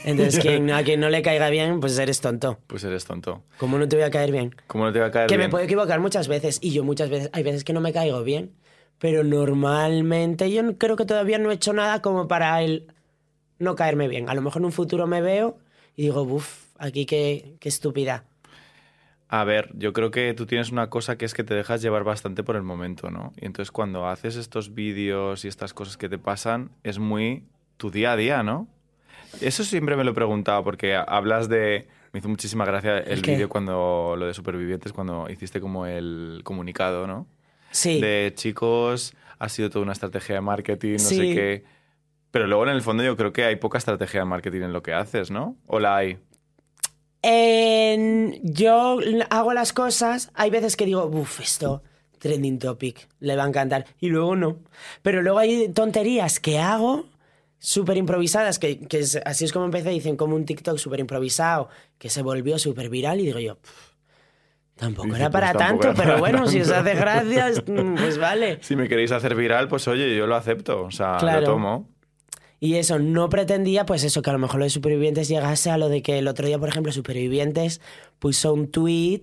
Speaker 2: Entonces, quien- a quien no le caiga bien, pues eres tonto.
Speaker 1: Pues eres tonto.
Speaker 2: ¿Cómo no te voy a caer bien?
Speaker 1: ¿Cómo no te va a caer
Speaker 2: Que me
Speaker 1: bien?
Speaker 2: puedo equivocar muchas veces y yo muchas veces, hay veces que no me caigo bien, pero normalmente yo no- creo que todavía no he hecho nada como para el no caerme bien. A lo mejor en un futuro me veo y digo, uff, aquí qué, qué estúpida.
Speaker 1: A ver, yo creo que tú tienes una cosa que es que te dejas llevar bastante por el momento, ¿no? Y entonces cuando haces estos vídeos y estas cosas que te pasan, es muy tu día a día, ¿no? Eso siempre me lo he preguntado porque ha- hablas de... Me hizo muchísima gracia el
Speaker 2: ¿El qué?
Speaker 1: vídeo cuando lo de Supervivientes, cuando hiciste como el comunicado, ¿no?
Speaker 2: Sí,
Speaker 1: de chicos, ha sido toda una estrategia de marketing, no sé
Speaker 2: Sí.
Speaker 1: qué. Pero luego en el fondo yo creo que hay poca estrategia de marketing en lo que haces, ¿no? O la hay.
Speaker 2: En- yo hago las cosas, hay veces que digo, uff, esto, trending topic, le va a encantar, y luego no. Pero luego hay tonterías que hago súper improvisadas, que, que es- así es como empecé, dicen como un TikTok súper improvisado, que se volvió súper viral y digo yo, "Pff, tampoco
Speaker 1: Dice,
Speaker 2: era
Speaker 1: pues,
Speaker 2: para
Speaker 1: tampoco
Speaker 2: tanto,
Speaker 1: era para
Speaker 2: pero bueno, si os
Speaker 1: tanto.
Speaker 2: hace gracias, mm, pues vale.
Speaker 1: Si me queréis hacer viral, pues oye, yo lo acepto. O sea,
Speaker 2: Claro.
Speaker 1: lo tomo.
Speaker 2: Y eso, no pretendía, pues eso, que a lo mejor lo de Supervivientes llegase a lo de que el otro día, por ejemplo, Supervivientes puso un tweet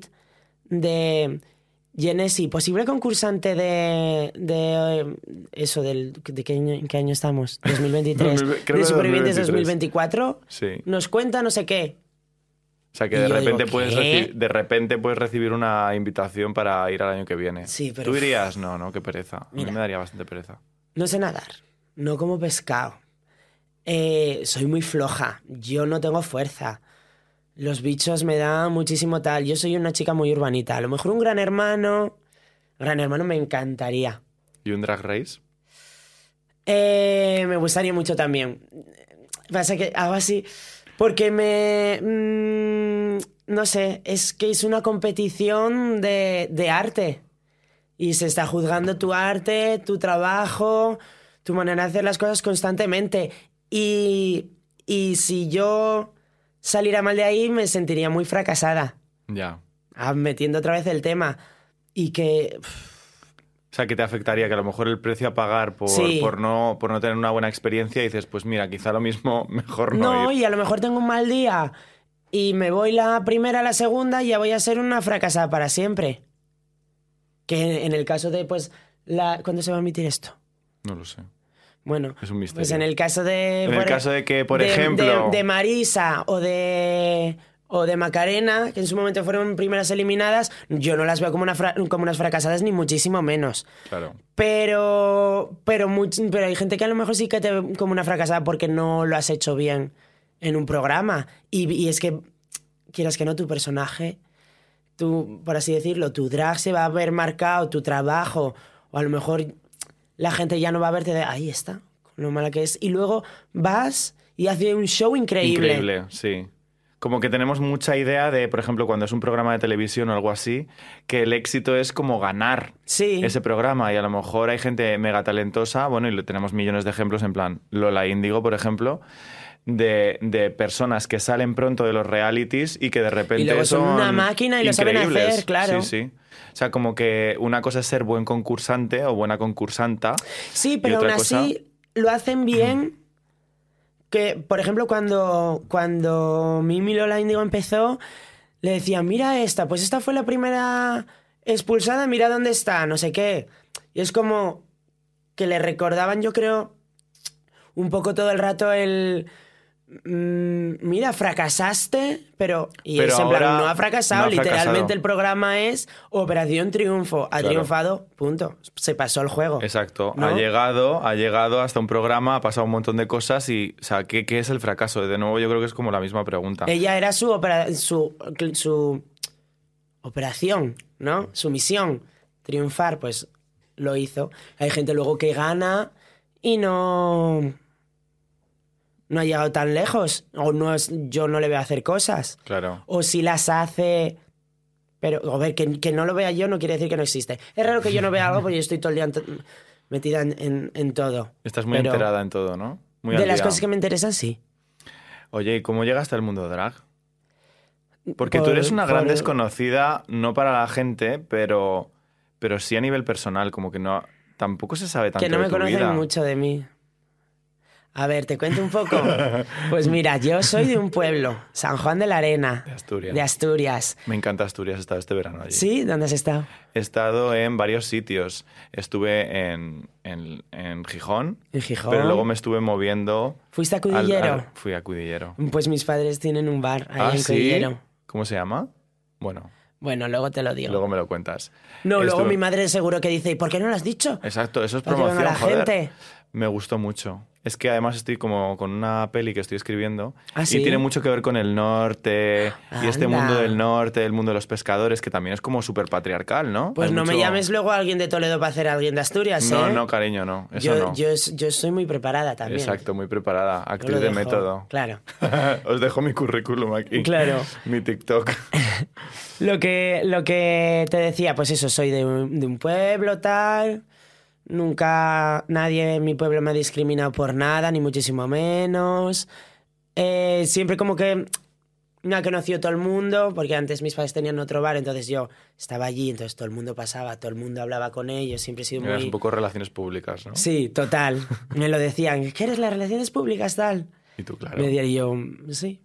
Speaker 2: de Genesi, posible concursante de, de eh, eso, del, ¿de qué año, en qué
Speaker 1: [LAUGHS]
Speaker 2: año estamos? 2023.
Speaker 1: Creo que
Speaker 2: de
Speaker 1: era
Speaker 2: Supervivientes
Speaker 1: 2023.
Speaker 2: 2024.
Speaker 1: Sí.
Speaker 2: Nos cuenta no sé qué.
Speaker 1: O sea, que
Speaker 2: Y
Speaker 1: de
Speaker 2: yo digo,
Speaker 1: repente, puedes
Speaker 2: ¿qué?
Speaker 1: reci- de repente puedes recibir una invitación para ir al año que viene.
Speaker 2: Sí, pero-
Speaker 1: ¿Tú irías? No, no, qué pereza. A
Speaker 2: Mira.
Speaker 1: mí me daría bastante pereza.
Speaker 2: No sé nadar, no como pescado. Eh, soy muy floja, yo no tengo fuerza. Los bichos me dan muchísimo tal. Yo soy una chica muy urbanita. A lo mejor un gran hermano. Gran hermano me encantaría.
Speaker 1: ¿Y un drag race?
Speaker 2: Eh, me gustaría mucho también. Pasa que hago así. Porque me. mm, no sé, es que es una competición de, de arte. Y se está juzgando tu arte, tu trabajo, tu manera de hacer las cosas constantemente. Y, y si yo saliera mal de ahí, me sentiría muy fracasada.
Speaker 1: Ya.
Speaker 2: Ah, metiendo otra vez el tema. Y que.
Speaker 1: O sea, que te afectaría que a lo mejor el precio a pagar por,
Speaker 2: Sí.
Speaker 1: por, no, por no tener una buena experiencia dices, pues mira, quizá lo mismo [LAUGHS] mejor no,
Speaker 2: No,
Speaker 1: ir.
Speaker 2: y a lo mejor tengo un mal día y me voy la primera a la segunda y ya voy a ser una fracasada para siempre. Que en el caso de, pues, la... ¿cuándo se va a emitir esto?
Speaker 1: No lo sé.
Speaker 2: Bueno,
Speaker 1: Es un misterio.
Speaker 2: pues en el caso de...
Speaker 1: En el
Speaker 2: por e-
Speaker 1: caso de que, por
Speaker 2: de-
Speaker 1: ejemplo...
Speaker 2: De, de Marisa o de... O de Macarena, que en su momento fueron primeras eliminadas, yo no las veo como, una fra- como unas fracasadas, ni muchísimo menos.
Speaker 1: Claro.
Speaker 2: Pero, pero, much- pero hay gente que a lo mejor sí que te ve como una fracasada porque no lo has hecho bien en un programa. Y, y es que, quieras que no, tu personaje, tu, por así decirlo, tu drag se va a ver marcado, tu trabajo, o a lo mejor la gente ya no va a verte de ahí está, con lo mala que es. Y luego vas y haces un show increíble.
Speaker 1: Increíble, sí. Como que tenemos mucha idea de, por ejemplo, cuando es un programa de televisión o algo así, que el éxito es como ganar
Speaker 2: Sí.
Speaker 1: ese programa. Y a lo mejor hay gente mega talentosa, bueno, y lo- tenemos millones de ejemplos, en plan Lola Índigo, por ejemplo, de, de personas que salen pronto de los realities y que de repente
Speaker 2: Y luego son una máquina y lo saben
Speaker 1: increíbles.
Speaker 2: hacer, claro.
Speaker 1: Sí, sí. O sea, como que una cosa es ser buen concursante o buena concursanta.
Speaker 2: Sí,
Speaker 1: Y
Speaker 2: pero aún
Speaker 1: otra
Speaker 2: así
Speaker 1: cosa-
Speaker 2: lo hacen bien. Que, por ejemplo, cuando, cuando Mimi Lola Indigo empezó, le decían, mira esta, pues esta fue la primera expulsada, mira dónde está, no sé qué. Y es como que le recordaban, yo creo, un poco todo el rato el... mm, Mira, fracasaste, pero. Y
Speaker 1: Pero
Speaker 2: es en plan,
Speaker 1: ahora
Speaker 2: no ha fracasado.
Speaker 1: no ha fracasado.
Speaker 2: Literalmente el programa es Operación Triunfo. Ha
Speaker 1: Claro.
Speaker 2: triunfado, punto. Se pasó el [LAUGHS] juego.
Speaker 1: Exacto.
Speaker 2: ¿No?
Speaker 1: Ha llegado, ha llegado hasta un programa, ha pasado un montón de cosas y, o sea, ¿qué, qué es el fracaso? De nuevo, yo creo que es como la misma pregunta.
Speaker 2: Ella era su, opera- su, su operación, ¿no? Su misión, triunfar, pues lo hizo. Hay gente luego que gana y no, no ha llegado tan lejos. O no es, yo no le veo hacer cosas.
Speaker 1: Claro.
Speaker 2: O si las hace... Pero, a ver, que, que no lo vea yo no quiere decir que no existe. Es raro que yo no vea algo porque yo estoy todo el día ent- metida en, en- en todo.
Speaker 1: Estás muy
Speaker 2: Pero-
Speaker 1: enterada en todo, ¿no? Muy
Speaker 2: de
Speaker 1: al
Speaker 2: las
Speaker 1: día.
Speaker 2: cosas que me interesan, sí.
Speaker 1: Oye, ¿y cómo llegaste al mundo drag? Porque tú
Speaker 2: Por-
Speaker 1: eres una gran
Speaker 2: por-
Speaker 1: desconocida, no para la gente, pero, pero sí a nivel personal, como que no tampoco se sabe tanto
Speaker 2: Que no
Speaker 1: de
Speaker 2: me
Speaker 1: tu
Speaker 2: conocen
Speaker 1: vida.
Speaker 2: mucho de mí. A ver, te cuento
Speaker 1: [LAUGHS]
Speaker 2: un poco. Pues mira, yo soy de un pueblo, San Juan de la Arena,
Speaker 1: De Asturias.
Speaker 2: de Asturias.
Speaker 1: Me encanta Asturias, he estado este verano allí.
Speaker 2: ¿Sí? ¿Dónde has estado?
Speaker 1: He estado en varios sitios. Estuve en, en- en Gijón,
Speaker 2: En Gijón.
Speaker 1: pero luego me estuve moviendo.
Speaker 2: ¿Fuiste a
Speaker 1: al- al-
Speaker 2: Cudillero?
Speaker 1: fui a Cudillero.
Speaker 2: Pues mis padres tienen un bar ahí
Speaker 1: Ah,
Speaker 2: en
Speaker 1: ¿sí?
Speaker 2: Cudillero.
Speaker 1: ¿Cómo se llama? Bueno,
Speaker 2: Bueno, luego te lo digo.
Speaker 1: luego me lo cuentas.
Speaker 2: no, luego
Speaker 1: Estuve-
Speaker 2: mi madre seguro que dice, ¿y por qué no lo has dicho?
Speaker 1: Exacto, eso es
Speaker 2: Para que venga
Speaker 1: promoción,
Speaker 2: la
Speaker 1: joder.
Speaker 2: gente.
Speaker 1: Me gustó mucho. Es que además estoy como con una peli que estoy escribiendo
Speaker 2: ¿Ah,
Speaker 1: y
Speaker 2: sí?
Speaker 1: tiene mucho que ver con el norte y este
Speaker 2: Anda.
Speaker 1: mundo del norte, el mundo de los pescadores, que también es como súper patriarcal, ¿no?
Speaker 2: Pues
Speaker 1: Hay
Speaker 2: no me
Speaker 1: mucho-
Speaker 2: llames luego a alguien de Toledo para hacer a alguien de Asturias,
Speaker 1: No,
Speaker 2: ¿eh?
Speaker 1: no, cariño, no. Eso
Speaker 2: yo,
Speaker 1: no.
Speaker 2: yo, yo soy muy preparada también.
Speaker 1: Exacto, muy preparada,
Speaker 2: Yo
Speaker 1: actriz
Speaker 2: lo
Speaker 1: de
Speaker 2: dejo,
Speaker 1: método.
Speaker 2: Claro.
Speaker 1: [LAUGHS] Os dejo mi currículum aquí.
Speaker 2: Claro.
Speaker 1: Mi TikTok.
Speaker 2: Lo que, lo que te decía, pues eso, soy de un, de un pueblo, tal. Nunca nadie en mi pueblo me ha discriminado por nada, ni muchísimo menos. Eh, siempre como que me ha conocido todo el mundo, porque antes mis padres tenían otro bar, entonces yo estaba allí, entonces todo el mundo pasaba, todo el mundo hablaba con ellos, siempre he sido
Speaker 1: Eras
Speaker 2: muy...
Speaker 1: un poco relaciones públicas, ¿no?
Speaker 2: Sí, total. Me lo decían, ¿qué eres las relaciones públicas tal?
Speaker 1: Y tú, claro.
Speaker 2: Me decía y yo,
Speaker 1: [LAUGHS]
Speaker 2: sí,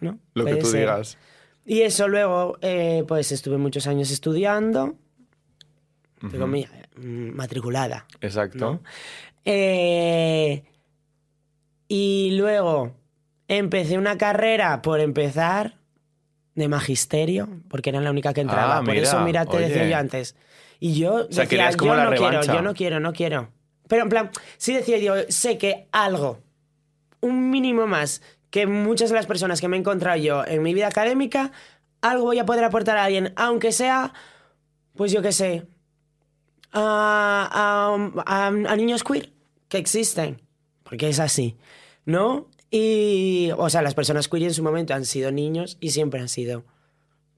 Speaker 2: ¿no? eh,
Speaker 1: Lo que
Speaker 2: Puede
Speaker 1: tú
Speaker 2: ser.
Speaker 1: digas.
Speaker 2: Y eso luego, eh, pues estuve muchos años estudiando, entre
Speaker 1: Ujú.
Speaker 2: comillas, mm, matriculada,
Speaker 1: Exacto.
Speaker 2: ¿no? Eh, y luego empecé una carrera por empezar de magisterio, porque era la única que entraba.
Speaker 1: Ah,
Speaker 2: por eso,
Speaker 1: mira,
Speaker 2: mira, te decía
Speaker 1: oye.
Speaker 2: yo antes. Y yo
Speaker 1: sea,
Speaker 2: decía,
Speaker 1: querías como
Speaker 2: yo
Speaker 1: la
Speaker 2: no
Speaker 1: revancha.
Speaker 2: quiero, yo no quiero, no quiero. Pero en plan, sí decía yo, sé que algo, un mínimo más que muchas de las personas que me he encontrado yo en mi vida académica, algo voy a poder aportar a alguien, aunque sea, pues yo qué sé, a, a- a- a niños queer que existen, porque es así, ¿no? Y, o sea, las personas queer en su momento han sido niños y siempre han sido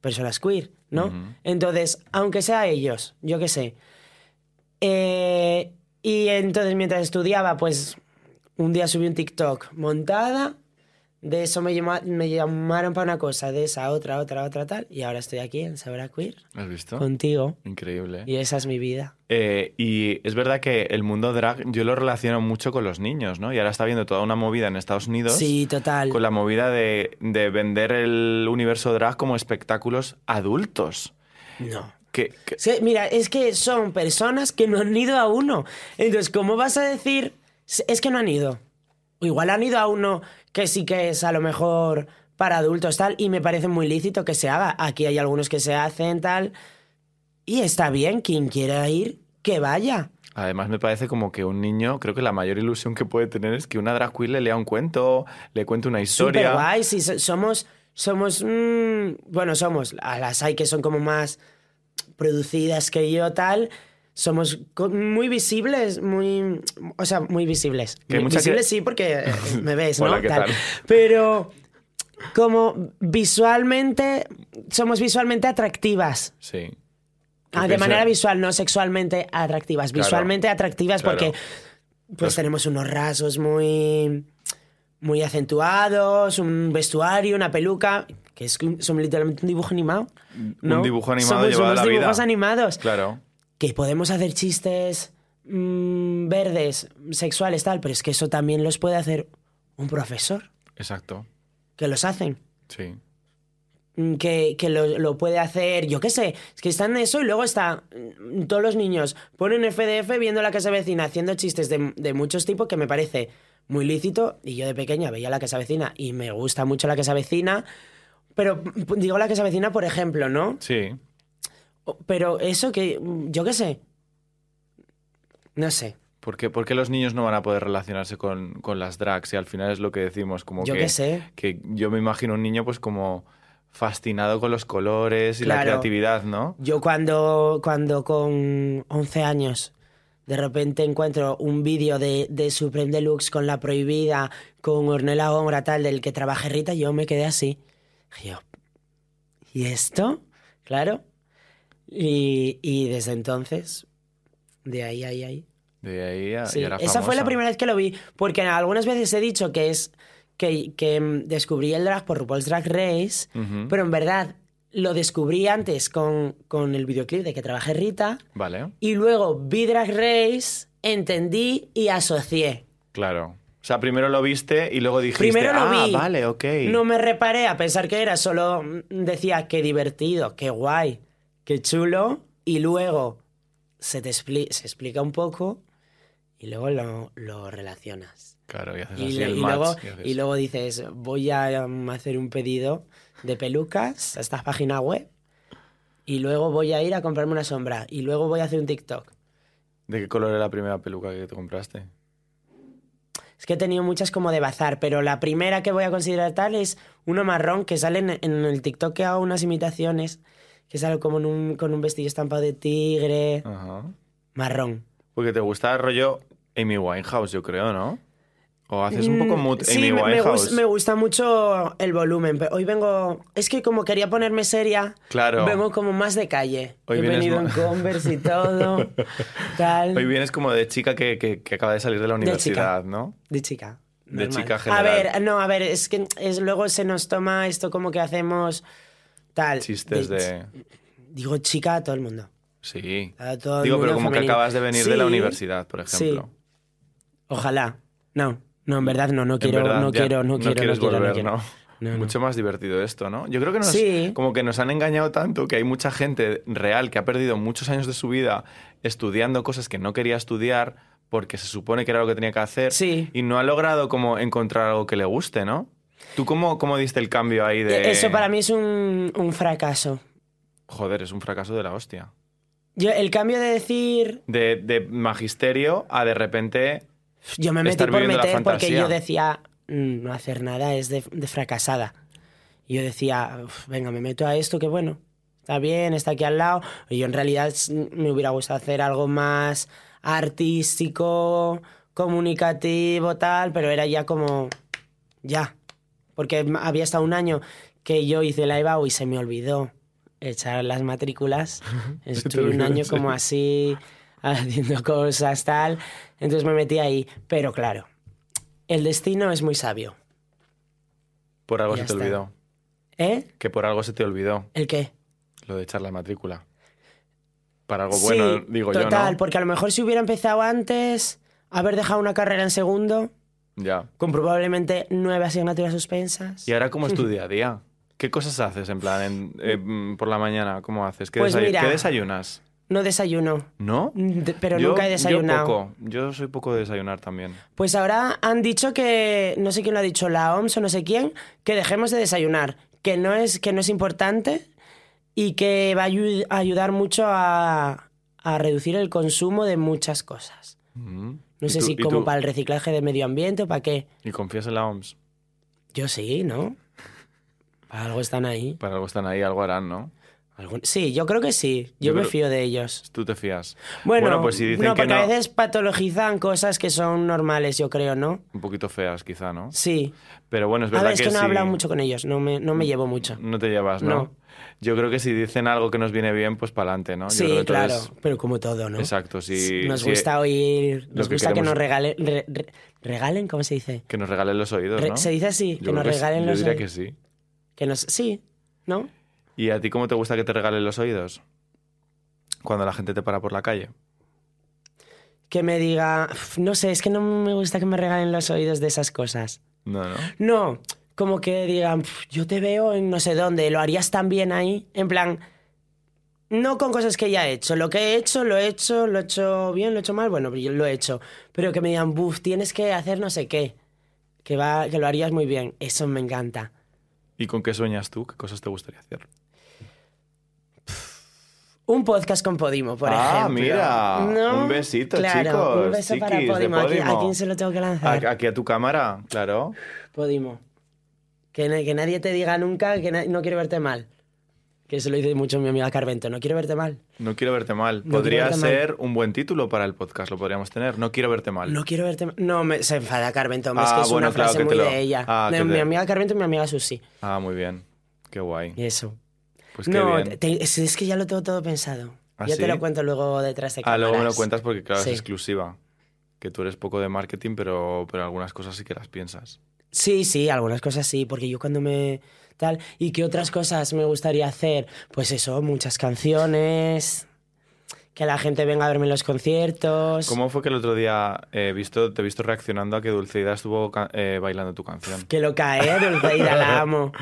Speaker 2: personas queer, ¿no?
Speaker 1: Ujú.
Speaker 2: Entonces, aunque sea ellos, yo qué sé. Eh, y entonces, mientras estudiaba, pues un día subí un TikTok montada, de eso me, llama- me llamaron para una cosa, de esa, otra, otra, otra, tal, y ahora estoy aquí en Sabra Queer
Speaker 1: ¿Has visto?
Speaker 2: contigo,
Speaker 1: Increíble.
Speaker 2: y esa es mi vida.
Speaker 1: Eh, y es verdad que el mundo drag yo lo relaciono mucho con los niños, ¿no? Y ahora está viendo toda una movida en Estados Unidos
Speaker 2: Sí, total.
Speaker 1: con la movida de, de vender el universo drag como espectáculos adultos.
Speaker 2: No.
Speaker 1: Que, que-
Speaker 2: Sí, mira, es que son personas que no han ido a uno. Entonces, ¿cómo vas a decir? "S- Es que no han ido. O igual han ido a uno que sí que es a lo mejor para adultos, tal, y me parece muy lícito que se haga. Aquí hay algunos que se hacen, tal. Y está bien, quien quiera ir, que vaya.
Speaker 1: además me parece como que un niño, creo que la mayor ilusión que puede tener es que una drag queen le lea un cuento, le cuente una
Speaker 2: Súper
Speaker 1: historia.
Speaker 2: guay, sí, so- somos, somos, mm, bueno, somos, a las hay que son como más producidas que yo, tal, somos co- muy visibles, muy, o sea, muy visibles.
Speaker 1: Que hay
Speaker 2: Vi-
Speaker 1: mucha que-
Speaker 2: visibles sí,
Speaker 1: [LAUGHS]
Speaker 2: porque eh, me ves, ¿no?
Speaker 1: Hola, ¿qué tal?
Speaker 2: Pero como visualmente, somos visualmente atractivas.
Speaker 1: Sí.
Speaker 2: Ah, de
Speaker 1: Piensa-
Speaker 2: manera visual, no sexualmente atractivas.
Speaker 1: Claro.
Speaker 2: Visualmente atractivas
Speaker 1: Claro.
Speaker 2: porque pues
Speaker 1: Los-
Speaker 2: tenemos unos rasgos muy, muy acentuados, un vestuario, una peluca, que es un- son literalmente un dibujo animado. ¿no?
Speaker 1: Un dibujo animado
Speaker 2: Somos
Speaker 1: llevado
Speaker 2: unos
Speaker 1: a la vida.
Speaker 2: dibujos animados.
Speaker 1: Claro.
Speaker 2: Que podemos hacer chistes mm, verdes, sexuales, tal, pero es que eso también los puede hacer un profesor,
Speaker 1: Exacto.
Speaker 2: que los hacen
Speaker 1: Sí.
Speaker 2: mm, que, que lo, lo puede hacer, yo qué sé, es que están eso y luego está mm, todos los niños ponen FDF viendo la casa vecina, haciendo chistes de, de muchos tipos que me parece muy lícito y yo de pequeña veía la casa vecina y me gusta mucho la casa vecina, pero mm, digo la casa vecina por ejemplo, ¿no?
Speaker 1: Sí.
Speaker 2: O- Pero eso que, mm, yo qué sé, no sé,
Speaker 1: ¿Por qué, por qué los niños no van a poder relacionarse con, con las drags? Y al final es lo que decimos, como
Speaker 2: yo
Speaker 1: que...
Speaker 2: qué sé.
Speaker 1: que yo me imagino un niño pues como fascinado con los colores y la
Speaker 2: Claro.
Speaker 1: creatividad, ¿no?
Speaker 2: Yo cuando, cuando con 11 años de repente encuentro un vídeo de, de Supreme Deluxe con La Prohibida, con Ornella Góngora, tal, del que trabaja Rita, yo me quedé así. Y yo, ¿y esto? Claro. Y, y desde entonces, de ahí, ahí, ahí.
Speaker 1: De ahí a,
Speaker 2: Sí,
Speaker 1: Ah, y era
Speaker 2: esa fue
Speaker 1: famosa.
Speaker 2: la primera vez que lo vi, porque algunas veces he dicho que es que, que mm, descubrí el drag por RuPaul's Drag Race,
Speaker 1: Ujú.
Speaker 2: pero en verdad lo descubrí antes con, con el videoclip de que trabajé Rita
Speaker 1: Vale,
Speaker 2: y luego vi Drag Race, entendí y asocié.
Speaker 1: claro. O sea, primero lo viste y luego dijiste,
Speaker 2: Primero lo
Speaker 1: ah,
Speaker 2: vi.
Speaker 1: vale, ok.
Speaker 2: No me reparé a pensar que era, solo mm, decía qué divertido, qué guay, qué chulo y luego se te expli- se explica un poco y luego lo, lo relacionas.
Speaker 1: Claro, y haces
Speaker 2: Y,
Speaker 1: así
Speaker 2: le-
Speaker 1: el
Speaker 2: y
Speaker 1: match,
Speaker 2: luego,
Speaker 1: y haces-
Speaker 2: y luego dices, voy a um, hacer un pedido de pelucas a esta página web y luego voy a ir a comprarme una sombra y luego voy a hacer un TikTok.
Speaker 1: ¿De qué color era la primera peluca que te compraste?
Speaker 2: Es que he tenido muchas como de bazar, pero la primera que voy a considerar tal es uno marrón que sale en, en el TikTok que hago unas imitaciones, que sale como en un- con un vestido estampado de tigre,
Speaker 1: Ajá.
Speaker 2: marrón.
Speaker 1: Porque te gusta el rollo Amy Winehouse, yo creo, ¿no? O haces un poco
Speaker 2: Mm,
Speaker 1: mood
Speaker 2: sí,
Speaker 1: Amy
Speaker 2: me- me,
Speaker 1: Winehouse.
Speaker 2: gus- me gusta mucho el volumen. pero Hoy vengo. Es que como quería ponerme seria,
Speaker 1: Claro.
Speaker 2: vengo como más de calle.
Speaker 1: Hoy
Speaker 2: He
Speaker 1: vienes
Speaker 2: venido en
Speaker 1: ma-
Speaker 2: Converse y todo. tal.
Speaker 1: [LAUGHS] Hoy vienes como de chica que, que- que acaba de salir de la
Speaker 2: chica.
Speaker 1: universidad, ¿no?
Speaker 2: De chica.
Speaker 1: De
Speaker 2: normal.
Speaker 1: chica general.
Speaker 2: A ver, no, a ver, es que es, luego se nos toma esto como que hacemos tal.
Speaker 1: Chistes de...
Speaker 2: Digo chica a todo el mundo.
Speaker 1: Sí.
Speaker 2: A todo el
Speaker 1: Digo, pero
Speaker 2: mundo
Speaker 1: como que
Speaker 2: femenino.
Speaker 1: acabas de venir de la
Speaker 2: Ah, Sí,
Speaker 1: universidad, por ejemplo.
Speaker 2: sí. Ojalá. No, no, en verdad no, no quiero,
Speaker 1: en verdad,
Speaker 2: no,
Speaker 1: ya
Speaker 2: quiero no quiero, no
Speaker 1: quieres
Speaker 2: quiero, no
Speaker 1: volver,
Speaker 2: quiero. No, no.
Speaker 1: Mucho más divertido esto, ¿no? Yo creo que nos,
Speaker 2: Sí.
Speaker 1: como que nos han engañado tanto que hay mucha gente real que ha perdido muchos años de su vida estudiando cosas que no quería estudiar porque se supone que era lo que tenía que hacer
Speaker 2: Sí.
Speaker 1: y no ha logrado como encontrar algo que le guste, ¿no? ¿Tú cómo, cómo diste el cambio ahí de...
Speaker 2: Eso para mí es un, un fracaso.
Speaker 1: Joder, es un fracaso de la hostia.
Speaker 2: Yo, el cambio de decir,
Speaker 1: De, de magisterio a de repente...
Speaker 2: yo me metí
Speaker 1: Estar
Speaker 2: por
Speaker 1: viviendo la
Speaker 2: meter porque
Speaker 1: fantasía.
Speaker 2: yo decía, "Mm, no hacer nada es de, de fracasada. Yo decía, "Uf, venga, me meto a esto, que bueno, está bien, está aquí al lado. Y yo en realidad s- me hubiera gustado hacer algo más artístico, comunicativo, tal, pero era ya como, ya. Porque m- había estado un año que yo hice la EBAU y se me olvidó echar las matrículas. Estuve un
Speaker 1: olvidó, [LAUGHS]
Speaker 2: año
Speaker 1: sí.
Speaker 2: como así, [LAUGHS] haciendo cosas, tal. Entonces me metí ahí. Pero claro, el destino es muy sabio.
Speaker 1: Por algo se
Speaker 2: Ya
Speaker 1: te
Speaker 2: está.
Speaker 1: olvidó.
Speaker 2: ¿Eh?
Speaker 1: Que por algo se te olvidó
Speaker 2: ¿El qué?
Speaker 1: lo de echar la matrícula. Para algo
Speaker 2: Sí,
Speaker 1: bueno, digo
Speaker 2: total,
Speaker 1: yo, ¿no?
Speaker 2: porque a lo mejor si hubiera empezado antes, haber dejado una carrera en segundo,
Speaker 1: Ya.
Speaker 2: con probablemente nueve asignaturas suspensas.
Speaker 1: ¿Y ahora cómo es tu día a
Speaker 2: [LAUGHS]
Speaker 1: día? ¿Qué cosas haces en plan en- eh, mm, por la mañana? ¿Cómo haces? ¿Qué,
Speaker 2: Pues
Speaker 1: desay-
Speaker 2: mira.
Speaker 1: qué desayunas?
Speaker 2: No desayuno,
Speaker 1: ¿No?
Speaker 2: de- pero
Speaker 1: Yo-
Speaker 2: nunca he desayunado.
Speaker 1: Yo poco. Yo soy poco de desayunar también.
Speaker 2: Pues ahora han dicho que, no sé quién lo ha dicho, la OMS o no sé quién, que dejemos de desayunar, que no es, que no es importante y que va a ayu- a ayudar mucho a, a reducir el consumo de muchas cosas.
Speaker 1: Mm.
Speaker 2: No
Speaker 1: ¿Y
Speaker 2: sé
Speaker 1: tú-
Speaker 2: si
Speaker 1: y
Speaker 2: como
Speaker 1: tú?
Speaker 2: para el reciclaje de medio ambiente o para qué.
Speaker 1: Y confías en la OMS.
Speaker 2: Yo sí, ¿no? Para algo están ahí.
Speaker 1: Para algo están ahí, algo harán, ¿no?
Speaker 2: Algún- Sí, yo creo que sí. Yo,
Speaker 1: Yo
Speaker 2: me
Speaker 1: creo-
Speaker 2: fío de ellos.
Speaker 1: Tú te fías.
Speaker 2: Bueno,
Speaker 1: pues si dicen
Speaker 2: no,
Speaker 1: que
Speaker 2: porque
Speaker 1: no...
Speaker 2: a veces patologizan cosas que son normales, yo creo, ¿no?
Speaker 1: Un poquito feas, quizá, ¿no?
Speaker 2: Sí.
Speaker 1: Pero bueno, es
Speaker 2: A
Speaker 1: verdad Mm.
Speaker 2: ver, es que, no he
Speaker 1: si-
Speaker 2: hablado mucho con ellos, no me, no me llevo mucho.
Speaker 1: No te llevas, ¿no?
Speaker 2: No.
Speaker 1: Yo creo que si dicen algo que nos viene bien, pues para adelante, ¿no? Yo creo
Speaker 2: Sí,
Speaker 1: que todo
Speaker 2: claro,
Speaker 1: es-
Speaker 2: pero como todo, ¿no?
Speaker 1: Exacto, si...
Speaker 2: Nos
Speaker 1: si-
Speaker 2: gusta oír,
Speaker 1: lo
Speaker 2: nos
Speaker 1: que
Speaker 2: gusta que
Speaker 1: queremos-
Speaker 2: nos regalen, re- re- regalen, ¿cómo se dice?
Speaker 1: Que nos regalen los oídos,
Speaker 2: Re-
Speaker 1: ¿no?
Speaker 2: Se dice así,
Speaker 1: Yo
Speaker 2: que
Speaker 1: creo
Speaker 2: nos
Speaker 1: que sí,
Speaker 2: regalen
Speaker 1: yo
Speaker 2: los
Speaker 1: diría
Speaker 2: oí-
Speaker 1: que sí.
Speaker 2: que nos Sí, ¿no?
Speaker 1: ¿Y a ti cómo te gusta que te regalen los oídos? Cuando la gente te para por la calle.
Speaker 2: Que me diga, "Uf, no sé, es que no me gusta que me regalen los oídos de esas cosas.
Speaker 1: No, no.
Speaker 2: No, como que digan, "Pf, yo te veo en no sé dónde, lo harías tan bien ahí. En plan, no con cosas que ya he hecho. Lo que he hecho, lo he hecho, lo he hecho bien, lo he hecho mal, bueno, yo lo he hecho. Pero que me digan, buf, tienes que hacer no sé qué, que, va, que lo harías muy bien. Eso me encanta.
Speaker 1: ¿Y con qué sueñas tú? ¿Qué cosas te gustaría hacer?
Speaker 2: Un podcast con Podimo, por
Speaker 1: Ah,
Speaker 2: ejemplo.
Speaker 1: mira, un besito,
Speaker 2: claro,
Speaker 1: chicos,
Speaker 2: Un beso para
Speaker 1: chiquis de
Speaker 2: Podimo. ¿A, quién, a
Speaker 1: Podimo.
Speaker 2: quién se lo tengo que
Speaker 1: A-
Speaker 2: lanzar?
Speaker 1: Aquí a tu cámara, claro.
Speaker 2: Podimo. Que, na- que nadie te diga nunca que na- no quiero verte mal. Que se lo dice mucho mi amiga Carvento. No quiero verte mal.
Speaker 1: No quiero verte mal.
Speaker 2: No
Speaker 1: Podría
Speaker 2: quiero verte
Speaker 1: ser un buen título para el podcast, lo podríamos tener. No quiero verte mal.
Speaker 2: No quiero verte mal. No, me, se enfada Carvento. hombre,
Speaker 1: Ah,
Speaker 2: es que es
Speaker 1: bueno,
Speaker 2: una
Speaker 1: claro,
Speaker 2: frase
Speaker 1: que te
Speaker 2: muy
Speaker 1: lo-
Speaker 2: de ella.
Speaker 1: Ah,
Speaker 2: de
Speaker 1: que
Speaker 2: mi
Speaker 1: te-
Speaker 2: amiga Carvento y mi amiga Susi.
Speaker 1: Ah, muy bien. Qué guay.
Speaker 2: Y eso.
Speaker 1: Pues qué
Speaker 2: no,
Speaker 1: bien.
Speaker 2: te- es, es que ya lo tengo todo pensado.
Speaker 1: ¿Ah,
Speaker 2: ya
Speaker 1: sí?
Speaker 2: te lo cuento luego detrás de
Speaker 1: Ah,
Speaker 2: cámaras.
Speaker 1: luego me lo cuentas porque, claro,
Speaker 2: Sí.
Speaker 1: es exclusiva. Que tú eres poco de marketing, pero, pero algunas cosas sí que las piensas.
Speaker 2: Sí, sí, algunas cosas sí, porque yo cuando me tal y qué otras cosas me gustaría hacer, pues eso, muchas canciones, que la gente venga a verme en los conciertos,
Speaker 1: ¿Cómo fue que el otro día eh, visto, te he visto reaccionando a que Dulceida estuvo ca- eh, bailando tu canción?
Speaker 2: que lo cae, ¿eh?
Speaker 1: [LAUGHS]
Speaker 2: Dulceida, la amo.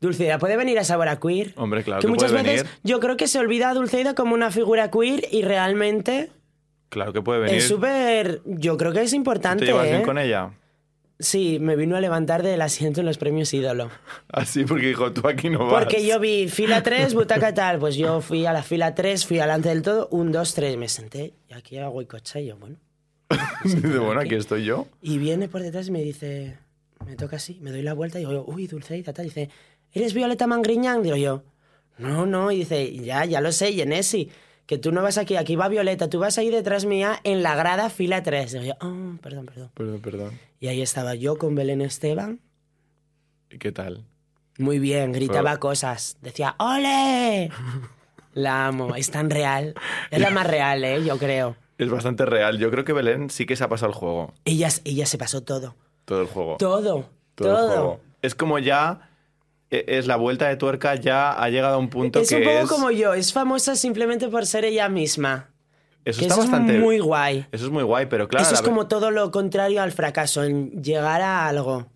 Speaker 2: Dulceida, ¿puede venir a Sabor a Queer?
Speaker 1: Hombre, claro
Speaker 2: que
Speaker 1: que,
Speaker 2: muchas
Speaker 1: puede
Speaker 2: veces
Speaker 1: venir.
Speaker 2: yo creo que se olvida a Dulceida como una figura queer y realmente
Speaker 1: Claro que puede venir.
Speaker 2: es súper, yo creo que es importante.
Speaker 1: ¿Te llevas
Speaker 2: ¿eh?
Speaker 1: bien con ella?
Speaker 2: Sí, me vino a levantar del asiento en los premios ídolo.
Speaker 1: Así, Ah, porque dijo, tú aquí no vas.
Speaker 2: Porque yo vi fila 3, butaca tal. Pues yo fui a la fila 3, fui adelante del todo, un, dos, tres, me senté. Y aquí hago el coche y yo, bueno.
Speaker 1: [LAUGHS] Dice, bueno, aquí estoy yo.
Speaker 2: Y viene por detrás y me dice, me toca así, me doy la vuelta y digo, uy, Dulceida tal. Dice, ¿eres Violeta Mangriñán? Digo yo, no, no. Y dice, ya, ya lo sé, Genesi. que tú no vas aquí, aquí va Violeta, tú vas ahí detrás mía en la grada fila 3. Y yo, "Ah, perdón, perdón.
Speaker 1: Perdón, perdón.
Speaker 2: Y ahí estaba yo con Belén Esteban.
Speaker 1: ¿Y qué tal?
Speaker 2: Muy bien, gritaba
Speaker 1: Pero-
Speaker 2: cosas. Decía, ¡ole! La amo, es tan real.
Speaker 1: [LAUGHS]
Speaker 2: Es la más real, ¿eh? Yo creo.
Speaker 1: Es bastante real. Yo creo que Belén sí que se ha pasado el juego.
Speaker 2: Ella, ella se pasó todo.
Speaker 1: Todo el juego.
Speaker 2: Todo.
Speaker 1: Todo
Speaker 2: Todo.
Speaker 1: el juego. Es como ya. e- Es la vuelta de tuerca, ya ha llegado a un punto
Speaker 2: Es
Speaker 1: que
Speaker 2: un poco
Speaker 1: es.
Speaker 2: como yo, es famosa simplemente por ser ella misma.
Speaker 1: Eso
Speaker 2: que
Speaker 1: está
Speaker 2: eso
Speaker 1: bastante.
Speaker 2: es muy guay.
Speaker 1: Eso es muy guay, pero claro.
Speaker 2: eso es
Speaker 1: la ve-
Speaker 2: como todo lo contrario al fracaso, en llegar a algo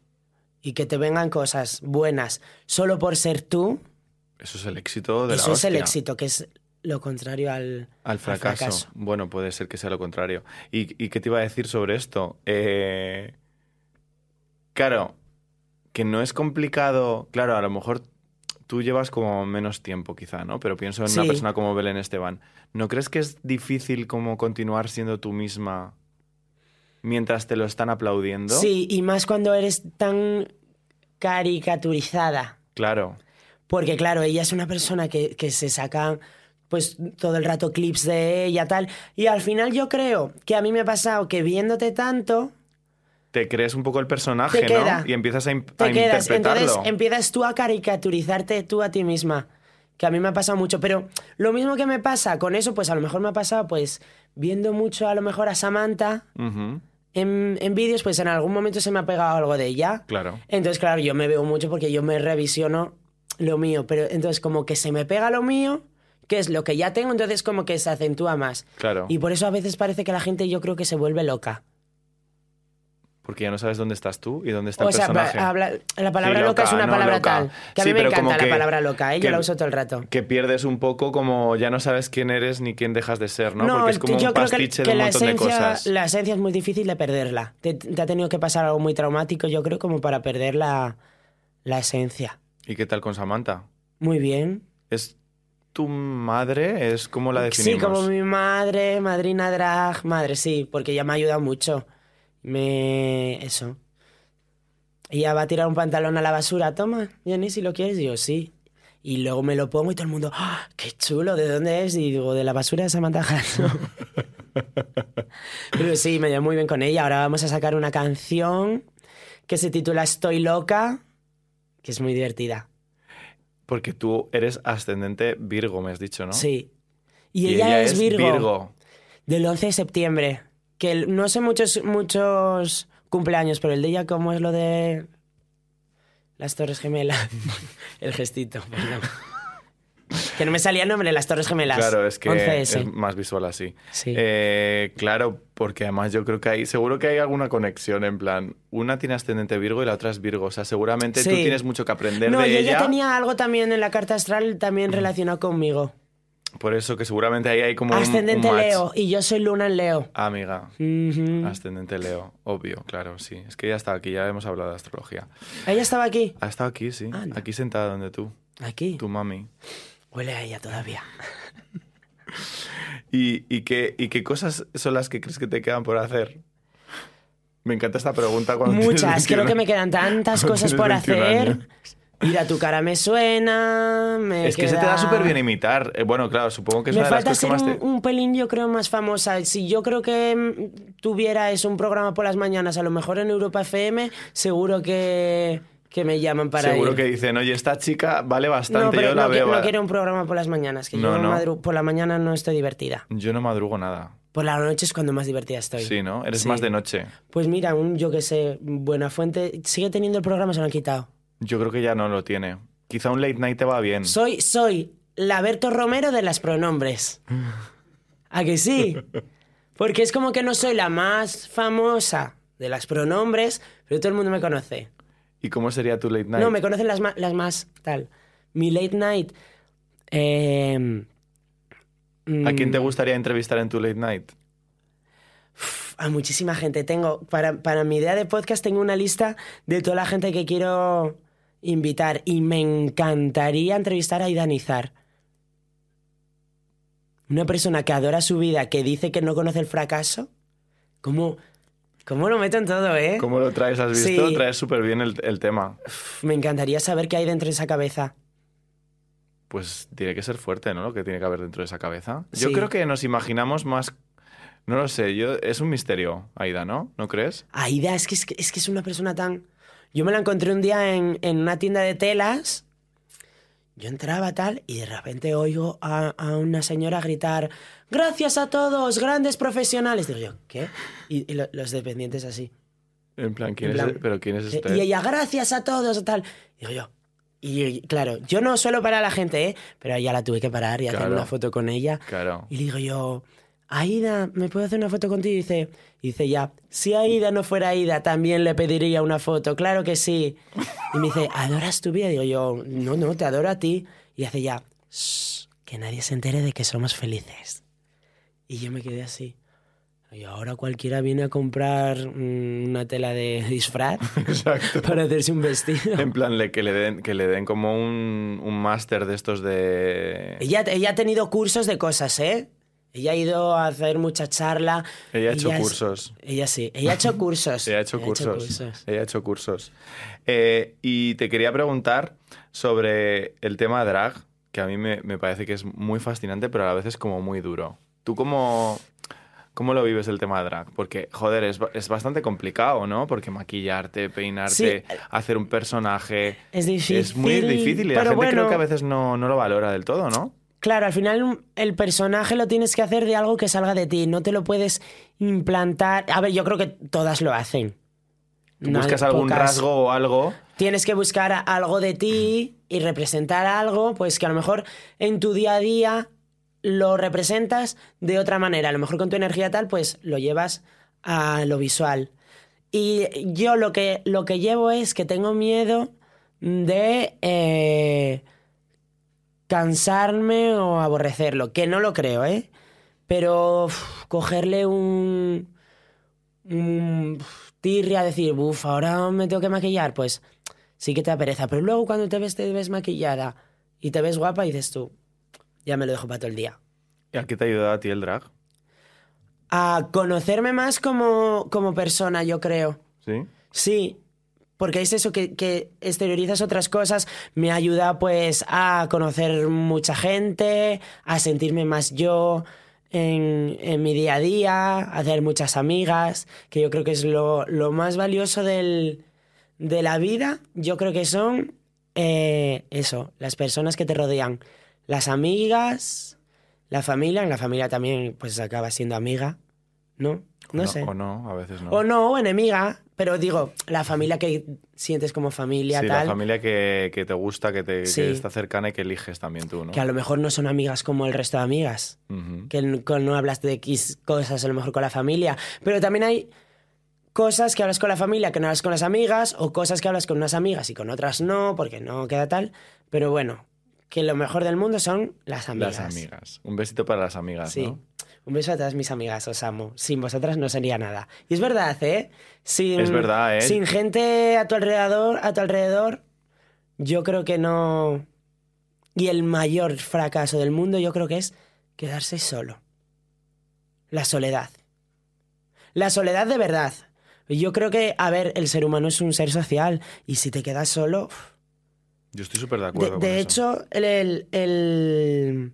Speaker 2: y que te vengan cosas buenas solo por ser tú.
Speaker 1: Eso es el éxito de la
Speaker 2: Eso es el
Speaker 1: hostia.
Speaker 2: éxito, que es lo contrario al,
Speaker 1: Al fracaso.
Speaker 2: fracaso.
Speaker 1: Bueno, puede ser que sea lo contrario. ¿Y, y qué te iba a decir sobre esto? Eh, Claro, que no es complicado. Claro, a lo mejor tú llevas como menos tiempo, quizá, ¿no? Pero pienso en una
Speaker 2: Sí.
Speaker 1: persona como Belén Esteban. ¿No crees que es difícil como continuar siendo tú misma mientras te lo están aplaudiendo?
Speaker 2: Sí, y más cuando eres tan caricaturizada.
Speaker 1: Claro.
Speaker 2: Porque claro, ella es una persona que, que se saca pues todo el rato clips de ella, tal. Y al final yo creo que a mí me ha pasado que viéndote tanto,
Speaker 1: Te crees un poco el personaje,
Speaker 2: Te queda.
Speaker 1: ¿no? Y empiezas a, imp-
Speaker 2: te
Speaker 1: a
Speaker 2: quedas.
Speaker 1: interpretarlo.
Speaker 2: Entonces empiezas tú a caricaturizarte tú a ti misma. Que a mí me ha pasado mucho. Pero lo mismo que me pasa con eso, pues a lo mejor me ha pasado, pues, viendo mucho a lo mejor a Samantha
Speaker 1: Ujú,
Speaker 2: en, en vídeos, pues en algún momento se me ha pegado algo de ella.
Speaker 1: Claro.
Speaker 2: Entonces, claro, yo me veo mucho porque yo me revisiono lo mío. Pero entonces, como que se me pega lo mío, que es lo que ya tengo, entonces como que se acentúa más.
Speaker 1: Claro.
Speaker 2: Y por eso a veces parece que la gente yo creo que se vuelve loca.
Speaker 1: Porque ya no sabes dónde estás tú y dónde está
Speaker 2: o
Speaker 1: el
Speaker 2: sea,
Speaker 1: personaje.
Speaker 2: pa- habla- la palabra
Speaker 1: Sí,
Speaker 2: loca, es
Speaker 1: loca,
Speaker 2: una
Speaker 1: no,
Speaker 2: palabra
Speaker 1: loca.
Speaker 2: tal. Que a
Speaker 1: Sí,
Speaker 2: mí me
Speaker 1: pero como
Speaker 2: encanta
Speaker 1: que-
Speaker 2: la palabra loca, ¿eh?
Speaker 1: que-
Speaker 2: yo la uso todo el rato.
Speaker 1: Que pierdes un poco como ya no sabes quién eres ni quién dejas de ser, ¿no? Porque es
Speaker 2: el-
Speaker 1: como
Speaker 2: yo
Speaker 1: un
Speaker 2: creo que,
Speaker 1: pastiche
Speaker 2: que
Speaker 1: de un
Speaker 2: la,
Speaker 1: montón
Speaker 2: esencia,
Speaker 1: de cosas.
Speaker 2: la esencia es muy difícil de perderla. Te, te ha tenido que pasar algo muy traumático, yo creo, como para perder la, la esencia.
Speaker 1: ¿Y qué tal con Samantha?
Speaker 2: Muy bien.
Speaker 1: ¿Es tu madre? ¿Es como la
Speaker 2: Sí,
Speaker 1: definimos?
Speaker 2: como mi madre, madrina drag, madre, sí, porque ella me ha ayudado mucho. Me. Eso. Ella va a tirar un pantalón a la basura, toma, Jenny, si lo quieres, yo sí. Y luego me lo pongo y todo el mundo, ¡ah, qué chulo! ¿De dónde es? Y digo, de la basura de
Speaker 1: [LAUGHS]
Speaker 2: Samantha Jano". Pero sí, me llevo muy bien con ella. Ahora vamos a sacar una canción que se titula Estoy loca, que es muy divertida.
Speaker 1: Porque tú eres ascendente Virgo, me has dicho, ¿no?
Speaker 2: Sí. Y, ella, es,
Speaker 1: Virgo.
Speaker 2: Del 11 de septiembre. Que el- no sé muchos, muchos cumpleaños, pero el de ella, ¿cómo es lo de las Torres Gemelas? [LAUGHS] el gestito, perdón. que no me salía el nombre, las Torres Gemelas.
Speaker 1: Claro, es que
Speaker 2: 11S.
Speaker 1: es más visual así.
Speaker 2: Sí.
Speaker 1: Eh, claro, porque además yo creo que hay, seguro que hay alguna conexión en plan, una tiene ascendente Virgo y la otra es Virgo, o sea, seguramente tú
Speaker 2: Sí.
Speaker 1: tienes mucho que aprender
Speaker 2: no,
Speaker 1: de
Speaker 2: y ella,
Speaker 1: ella. Mm.
Speaker 2: tenía algo también en la carta astral también relacionado conmigo.
Speaker 1: Por eso que seguramente ahí hay como Mm, un- un
Speaker 2: Ascendente
Speaker 1: match.
Speaker 2: Leo, y yo soy Luna en Leo.
Speaker 1: Ah, Amiga,
Speaker 2: Ujú.
Speaker 1: ascendente Leo, obvio, claro, sí. Es que ya está aquí, ya hemos hablado de astrología.
Speaker 2: Ella estaba aquí.
Speaker 1: Ha estado aquí, sí.
Speaker 2: Anda.
Speaker 1: Aquí sentada donde tú,
Speaker 2: Aquí.
Speaker 1: tu mami.
Speaker 2: Huele a ella todavía.
Speaker 1: ¿Y, y qué, ¿Y qué cosas son las que crees que te quedan por hacer? Me encanta esta pregunta cuando tienes
Speaker 2: Muchas, creo
Speaker 1: 21.
Speaker 2: que me quedan tantas
Speaker 1: Cuando
Speaker 2: cosas
Speaker 1: tienes
Speaker 2: por
Speaker 1: 21
Speaker 2: hacer.
Speaker 1: años.
Speaker 2: Ir a tu cara me suena. me
Speaker 1: Es que se te
Speaker 2: queda-
Speaker 1: da súper bien imitar. Eh, bueno, claro, supongo que es
Speaker 2: Me
Speaker 1: una de las
Speaker 2: falta
Speaker 1: cosas que
Speaker 2: ser
Speaker 1: más
Speaker 2: un,
Speaker 1: te...
Speaker 2: un pelín, yo creo, más famosa. Si yo creo que mm, tuviera eso, un programa por las mañanas, a lo mejor en Europa FM, seguro que, que me llaman para
Speaker 1: Seguro
Speaker 2: ir.
Speaker 1: que dicen, oye, esta chica vale bastante,
Speaker 2: no, pero
Speaker 1: yo la
Speaker 2: no, qui-
Speaker 1: veo. eh.
Speaker 2: no quiero un programa por las mañanas, que
Speaker 1: No,
Speaker 2: yo
Speaker 1: no.
Speaker 2: madru- por la mañana no estoy divertida.
Speaker 1: Yo no madrugo nada.
Speaker 2: Por la noche es cuando más divertida estoy.
Speaker 1: Sí, ¿no? Eres
Speaker 2: Sí.
Speaker 1: más de noche.
Speaker 2: Pues mira, un, yo que sé, Buena Fuente sigue teniendo el programa, se lo han quitado.
Speaker 1: Yo creo que ya no lo tiene. Quizá un late night te va bien.
Speaker 2: Mm. Soy, soy la Berto Romero de las pronombres. ¿A
Speaker 1: [LAUGHS]
Speaker 2: que sí? Porque es como que no soy la más famosa de las pronombres, pero todo el mundo me conoce.
Speaker 1: ¿Y cómo sería tu late night?
Speaker 2: No, me conocen las, ma- las más tal. Mi late night. eh,
Speaker 1: ¿A
Speaker 2: mm,
Speaker 1: quién te gustaría entrevistar en tu late night?
Speaker 2: pf, a muchísima gente. Tengo, para, para mi idea de podcast, tengo una lista de toda la gente que quiero invitar. Y me encantaría entrevistar a Idanizar. Una persona que adora su vida, que dice que no conoce el fracaso. ¿Cómo, cómo lo meto en todo, eh?
Speaker 1: ¿Cómo lo traes? ¿Has visto?
Speaker 2: Sí.
Speaker 1: Traes súper bien el, el tema.
Speaker 2: Pf, Me encantaría saber qué hay dentro de esa cabeza.
Speaker 1: pues tiene que ser fuerte, ¿no? Lo que tiene que haber dentro de esa cabeza. Yo
Speaker 2: Sí.
Speaker 1: creo que nos imaginamos más. No lo sé, yo es un misterio, Aida, ¿no? ¿No crees?
Speaker 2: Aida, es que es, que- es que es una persona tan. Yo me la encontré un día en, en una tienda de telas. Yo entraba tal y de repente oigo a, a una señora gritar: ¡Gracias a todos, grandes profesionales! Digo yo, ¿qué? Y, y lo- los dependientes así.
Speaker 1: En plan, ¿quién
Speaker 2: En
Speaker 1: es?
Speaker 2: plan,
Speaker 1: Pero ¿quién es
Speaker 2: Eh,
Speaker 1: este?
Speaker 2: Y ella, gracias a todos, tal. Digo yo. Y, y, claro, yo no suelo parar a la gente, ¿eh? Pero ya la tuve que parar y hacer
Speaker 1: Claro.
Speaker 2: una foto con ella.
Speaker 1: Claro. [LAUGHS]
Speaker 2: Y le digo yo, Aida, ¿me puedo hacer una foto contigo? Y dice, y dice ya, si Aida no fuera Aida, también le pediría una foto, claro que sí. Y me dice, ¿adoras tu vida? Digo yo, no, no, te adoro a ti. Y hace ya, "Shh, que nadie se entere de que somos felices. Y yo me quedé así. Y ahora cualquiera viene a comprar mm, una tela de disfraz [LAUGHS]
Speaker 1: Exacto.
Speaker 2: para hacerse un vestido.
Speaker 1: En plan, le- que, le den, que le den como un, un máster de estos de.
Speaker 2: Ella, ella ha tenido cursos de cosas, ¿eh? Ella ha ido a hacer mucha charla.
Speaker 1: Ella ha hecho
Speaker 2: es-
Speaker 1: cursos.
Speaker 2: Ella sí. Ella
Speaker 1: [LAUGHS]
Speaker 2: ha hecho cursos.
Speaker 1: Ella ha hecho cursos. Ella ha hecho cursos. Eh, y te quería preguntar sobre el tema drag, que a mí me, me parece que es muy fascinante, pero a la vez es como muy duro. ¿Tú cómo, cómo lo vives el tema drag? Porque, joder, es, ba- es bastante complicado, ¿no? Porque maquillarte, peinarte,
Speaker 2: Sí.
Speaker 1: hacer un personaje...
Speaker 2: Es difícil.
Speaker 1: Es muy difícil y la
Speaker 2: pero
Speaker 1: gente
Speaker 2: bueno,
Speaker 1: creo que a veces no, no lo valora del todo, ¿no?
Speaker 2: Claro, al final el personaje lo tienes que hacer de algo que salga de ti. No te lo puedes implantar. A ver, yo creo que todas lo hacen.
Speaker 1: Tú
Speaker 2: No hay
Speaker 1: buscas algún
Speaker 2: pocas.
Speaker 1: rasgo o algo.
Speaker 2: Tienes que buscar a- algo de ti y representar algo, pues que a lo mejor en tu día a día lo representas de otra manera. A lo mejor con tu energía tal, pues lo llevas a lo visual. Y yo lo que, lo que llevo es que tengo miedo de eh, cansarme o aborrecerlo, que no lo creo, ¿eh? Pero uf, cogerle un, un uf, tirria, decir, buf, ahora me tengo que maquillar, pues sí que te da pereza. Pero luego cuando te ves, te ves maquillada y te ves guapa, dices tú, ya me lo dejo para todo el día.
Speaker 1: ¿Y a qué te ha ayudado a ti el drag?
Speaker 2: A conocerme más como, como persona, yo creo.
Speaker 1: ¿Sí?
Speaker 2: Sí, porque es eso, que, que exteriorizas otras cosas, me ayuda pues a conocer mucha gente, a sentirme más yo en, en mi día a día, a hacer muchas amigas, que yo creo que es lo, lo más valioso del, de la vida, yo creo que son eh, eso, las personas que te rodean, las amigas, la familia, en la familia también pues acaba siendo amiga, ¿no?
Speaker 1: O
Speaker 2: No, sé.
Speaker 1: O no, a veces no.
Speaker 2: O no, o enemiga, pero digo, la familia que sientes como familia,
Speaker 1: sí,
Speaker 2: tal,
Speaker 1: la familia que, que te gusta, que, te, que
Speaker 2: Sí.
Speaker 1: está cercana y que eliges también tú, ¿no?
Speaker 2: que a lo mejor no son amigas como el resto de amigas,
Speaker 1: Ujú.
Speaker 2: que n- con- no hablas de X cosas a lo mejor con la familia, pero también hay cosas que hablas con la familia que no hablas con las amigas, o cosas que hablas con unas amigas y con otras no, porque no queda tal, pero bueno, que lo mejor del mundo son las amigas.
Speaker 1: Las amigas. Un besito para las amigas,
Speaker 2: Sí.
Speaker 1: ¿no?
Speaker 2: Un beso a todas mis amigas, os amo. Sin vosotras no sería nada. Y es verdad, ¿eh? Sin,
Speaker 1: Es verdad, ¿eh?
Speaker 2: Sin gente a tu alrededor, a tu alrededor, yo creo que no. Y el mayor fracaso del mundo, yo creo que es quedarse solo. La soledad. La soledad de verdad. Yo creo que, a ver, el ser humano es un ser social y si te quedas solo, uf,
Speaker 1: Yo estoy súper de
Speaker 2: de,
Speaker 1: acuerdo.
Speaker 2: de hecho, el, el- el-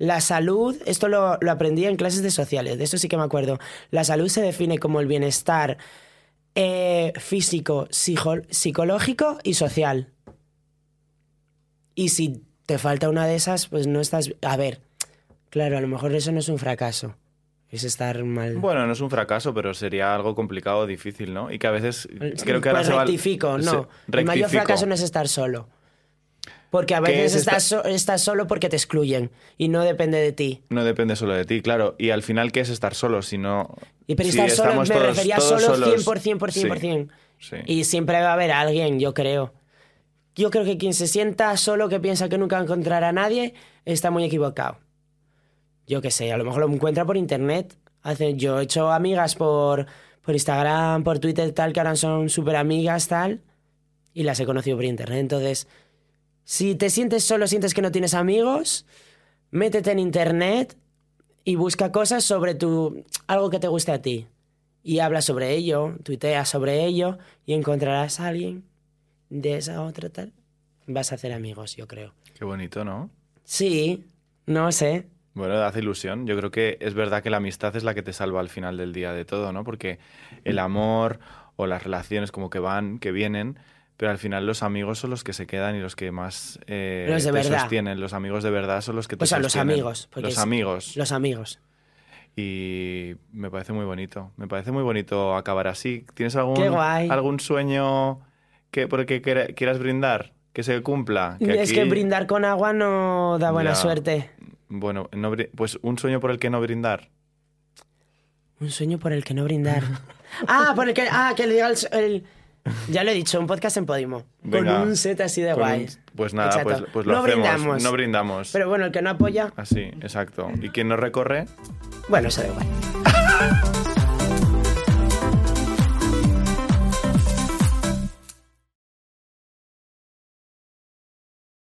Speaker 2: la salud, esto lo, lo aprendí en clases de sociales, de esto sí que me acuerdo. La salud se define como el bienestar eh, físico, psico- psicológico y social. Y si te falta una de esas, pues no estás. A ver, claro, a lo mejor eso no es un fracaso. Es estar mal.
Speaker 1: Bueno, no es un fracaso, pero sería algo complicado, difícil, ¿no? Y que a veces creo que ahora
Speaker 2: pues
Speaker 1: se va-
Speaker 2: rectifico,
Speaker 1: se-
Speaker 2: no. El mayor
Speaker 1: rectifico.
Speaker 2: fracaso no es estar solo. Porque a
Speaker 1: ¿Qué
Speaker 2: veces
Speaker 1: es esta-
Speaker 2: estás, so- estás solo porque te excluyen y no depende de ti.
Speaker 1: No depende solo de ti, claro. Y al final, ¿qué es estar solo? Si no...
Speaker 2: Y pero
Speaker 1: si
Speaker 2: estar solo me
Speaker 1: estamos todos-
Speaker 2: refería
Speaker 1: todos
Speaker 2: solo
Speaker 1: solos.
Speaker 2: 100%, por 100%.
Speaker 1: Sí, sí.
Speaker 2: Y siempre va a haber alguien, yo creo. Yo creo que quien se sienta solo que piensa que nunca encontrará a nadie está muy equivocado. Yo qué sé, a lo mejor lo encuentra por internet. Hace, yo he hecho amigas por, por Instagram, por Twitter, tal, que ahora son súper amigas, tal. Y las he conocido por internet. Entonces, si te sientes solo, sientes que no tienes amigos, métete en internet y busca cosas sobre tu, algo que te guste a ti y habla sobre ello, tuitea sobre ello y encontrarás a alguien de esa otra tal. Vas a hacer amigos, yo creo.
Speaker 1: Qué bonito, ¿no?
Speaker 2: Sí, no sé.
Speaker 1: Bueno, hace ilusión. Yo creo que es verdad que la amistad es la que te salva al final del día de todo, ¿no? Porque
Speaker 2: Mm.
Speaker 1: el amor o las relaciones como que van, que vienen, pero al final los amigos son los que se quedan y los que más eh,
Speaker 2: Los de
Speaker 1: te
Speaker 2: verdad.
Speaker 1: sostienen. Los amigos de verdad son los que te
Speaker 2: O sea, los
Speaker 1: sostienen.
Speaker 2: amigos, porque
Speaker 1: Los
Speaker 2: es-
Speaker 1: amigos.
Speaker 2: Los amigos.
Speaker 1: Y me parece muy bonito. Me parece muy bonito acabar así. ¿Tienes algún,
Speaker 2: Qué guay.
Speaker 1: algún sueño que, por el que quer- quieras brindar? Que se cumpla.
Speaker 2: Es que
Speaker 1: aquí-
Speaker 2: brindar con agua no da buena
Speaker 1: Ya.
Speaker 2: suerte.
Speaker 1: Bueno, no bri- pues un sueño por el que no brindar.
Speaker 2: Un sueño por el que no brindar. [LAUGHS] ah, por el que. Ah, que le diga el. el- ya lo he dicho, un podcast en Podimo.
Speaker 1: Venga.
Speaker 2: Con un set así de
Speaker 1: Con un-
Speaker 2: guay.
Speaker 1: Pues nada,
Speaker 2: Exacto.
Speaker 1: pues, pues lo
Speaker 2: No
Speaker 1: hacemos.
Speaker 2: brindamos.
Speaker 1: No brindamos.
Speaker 2: Pero bueno, el que no apoya,
Speaker 1: Así, exacto. ¿Y quien no recorre?
Speaker 2: bueno, eso da igual.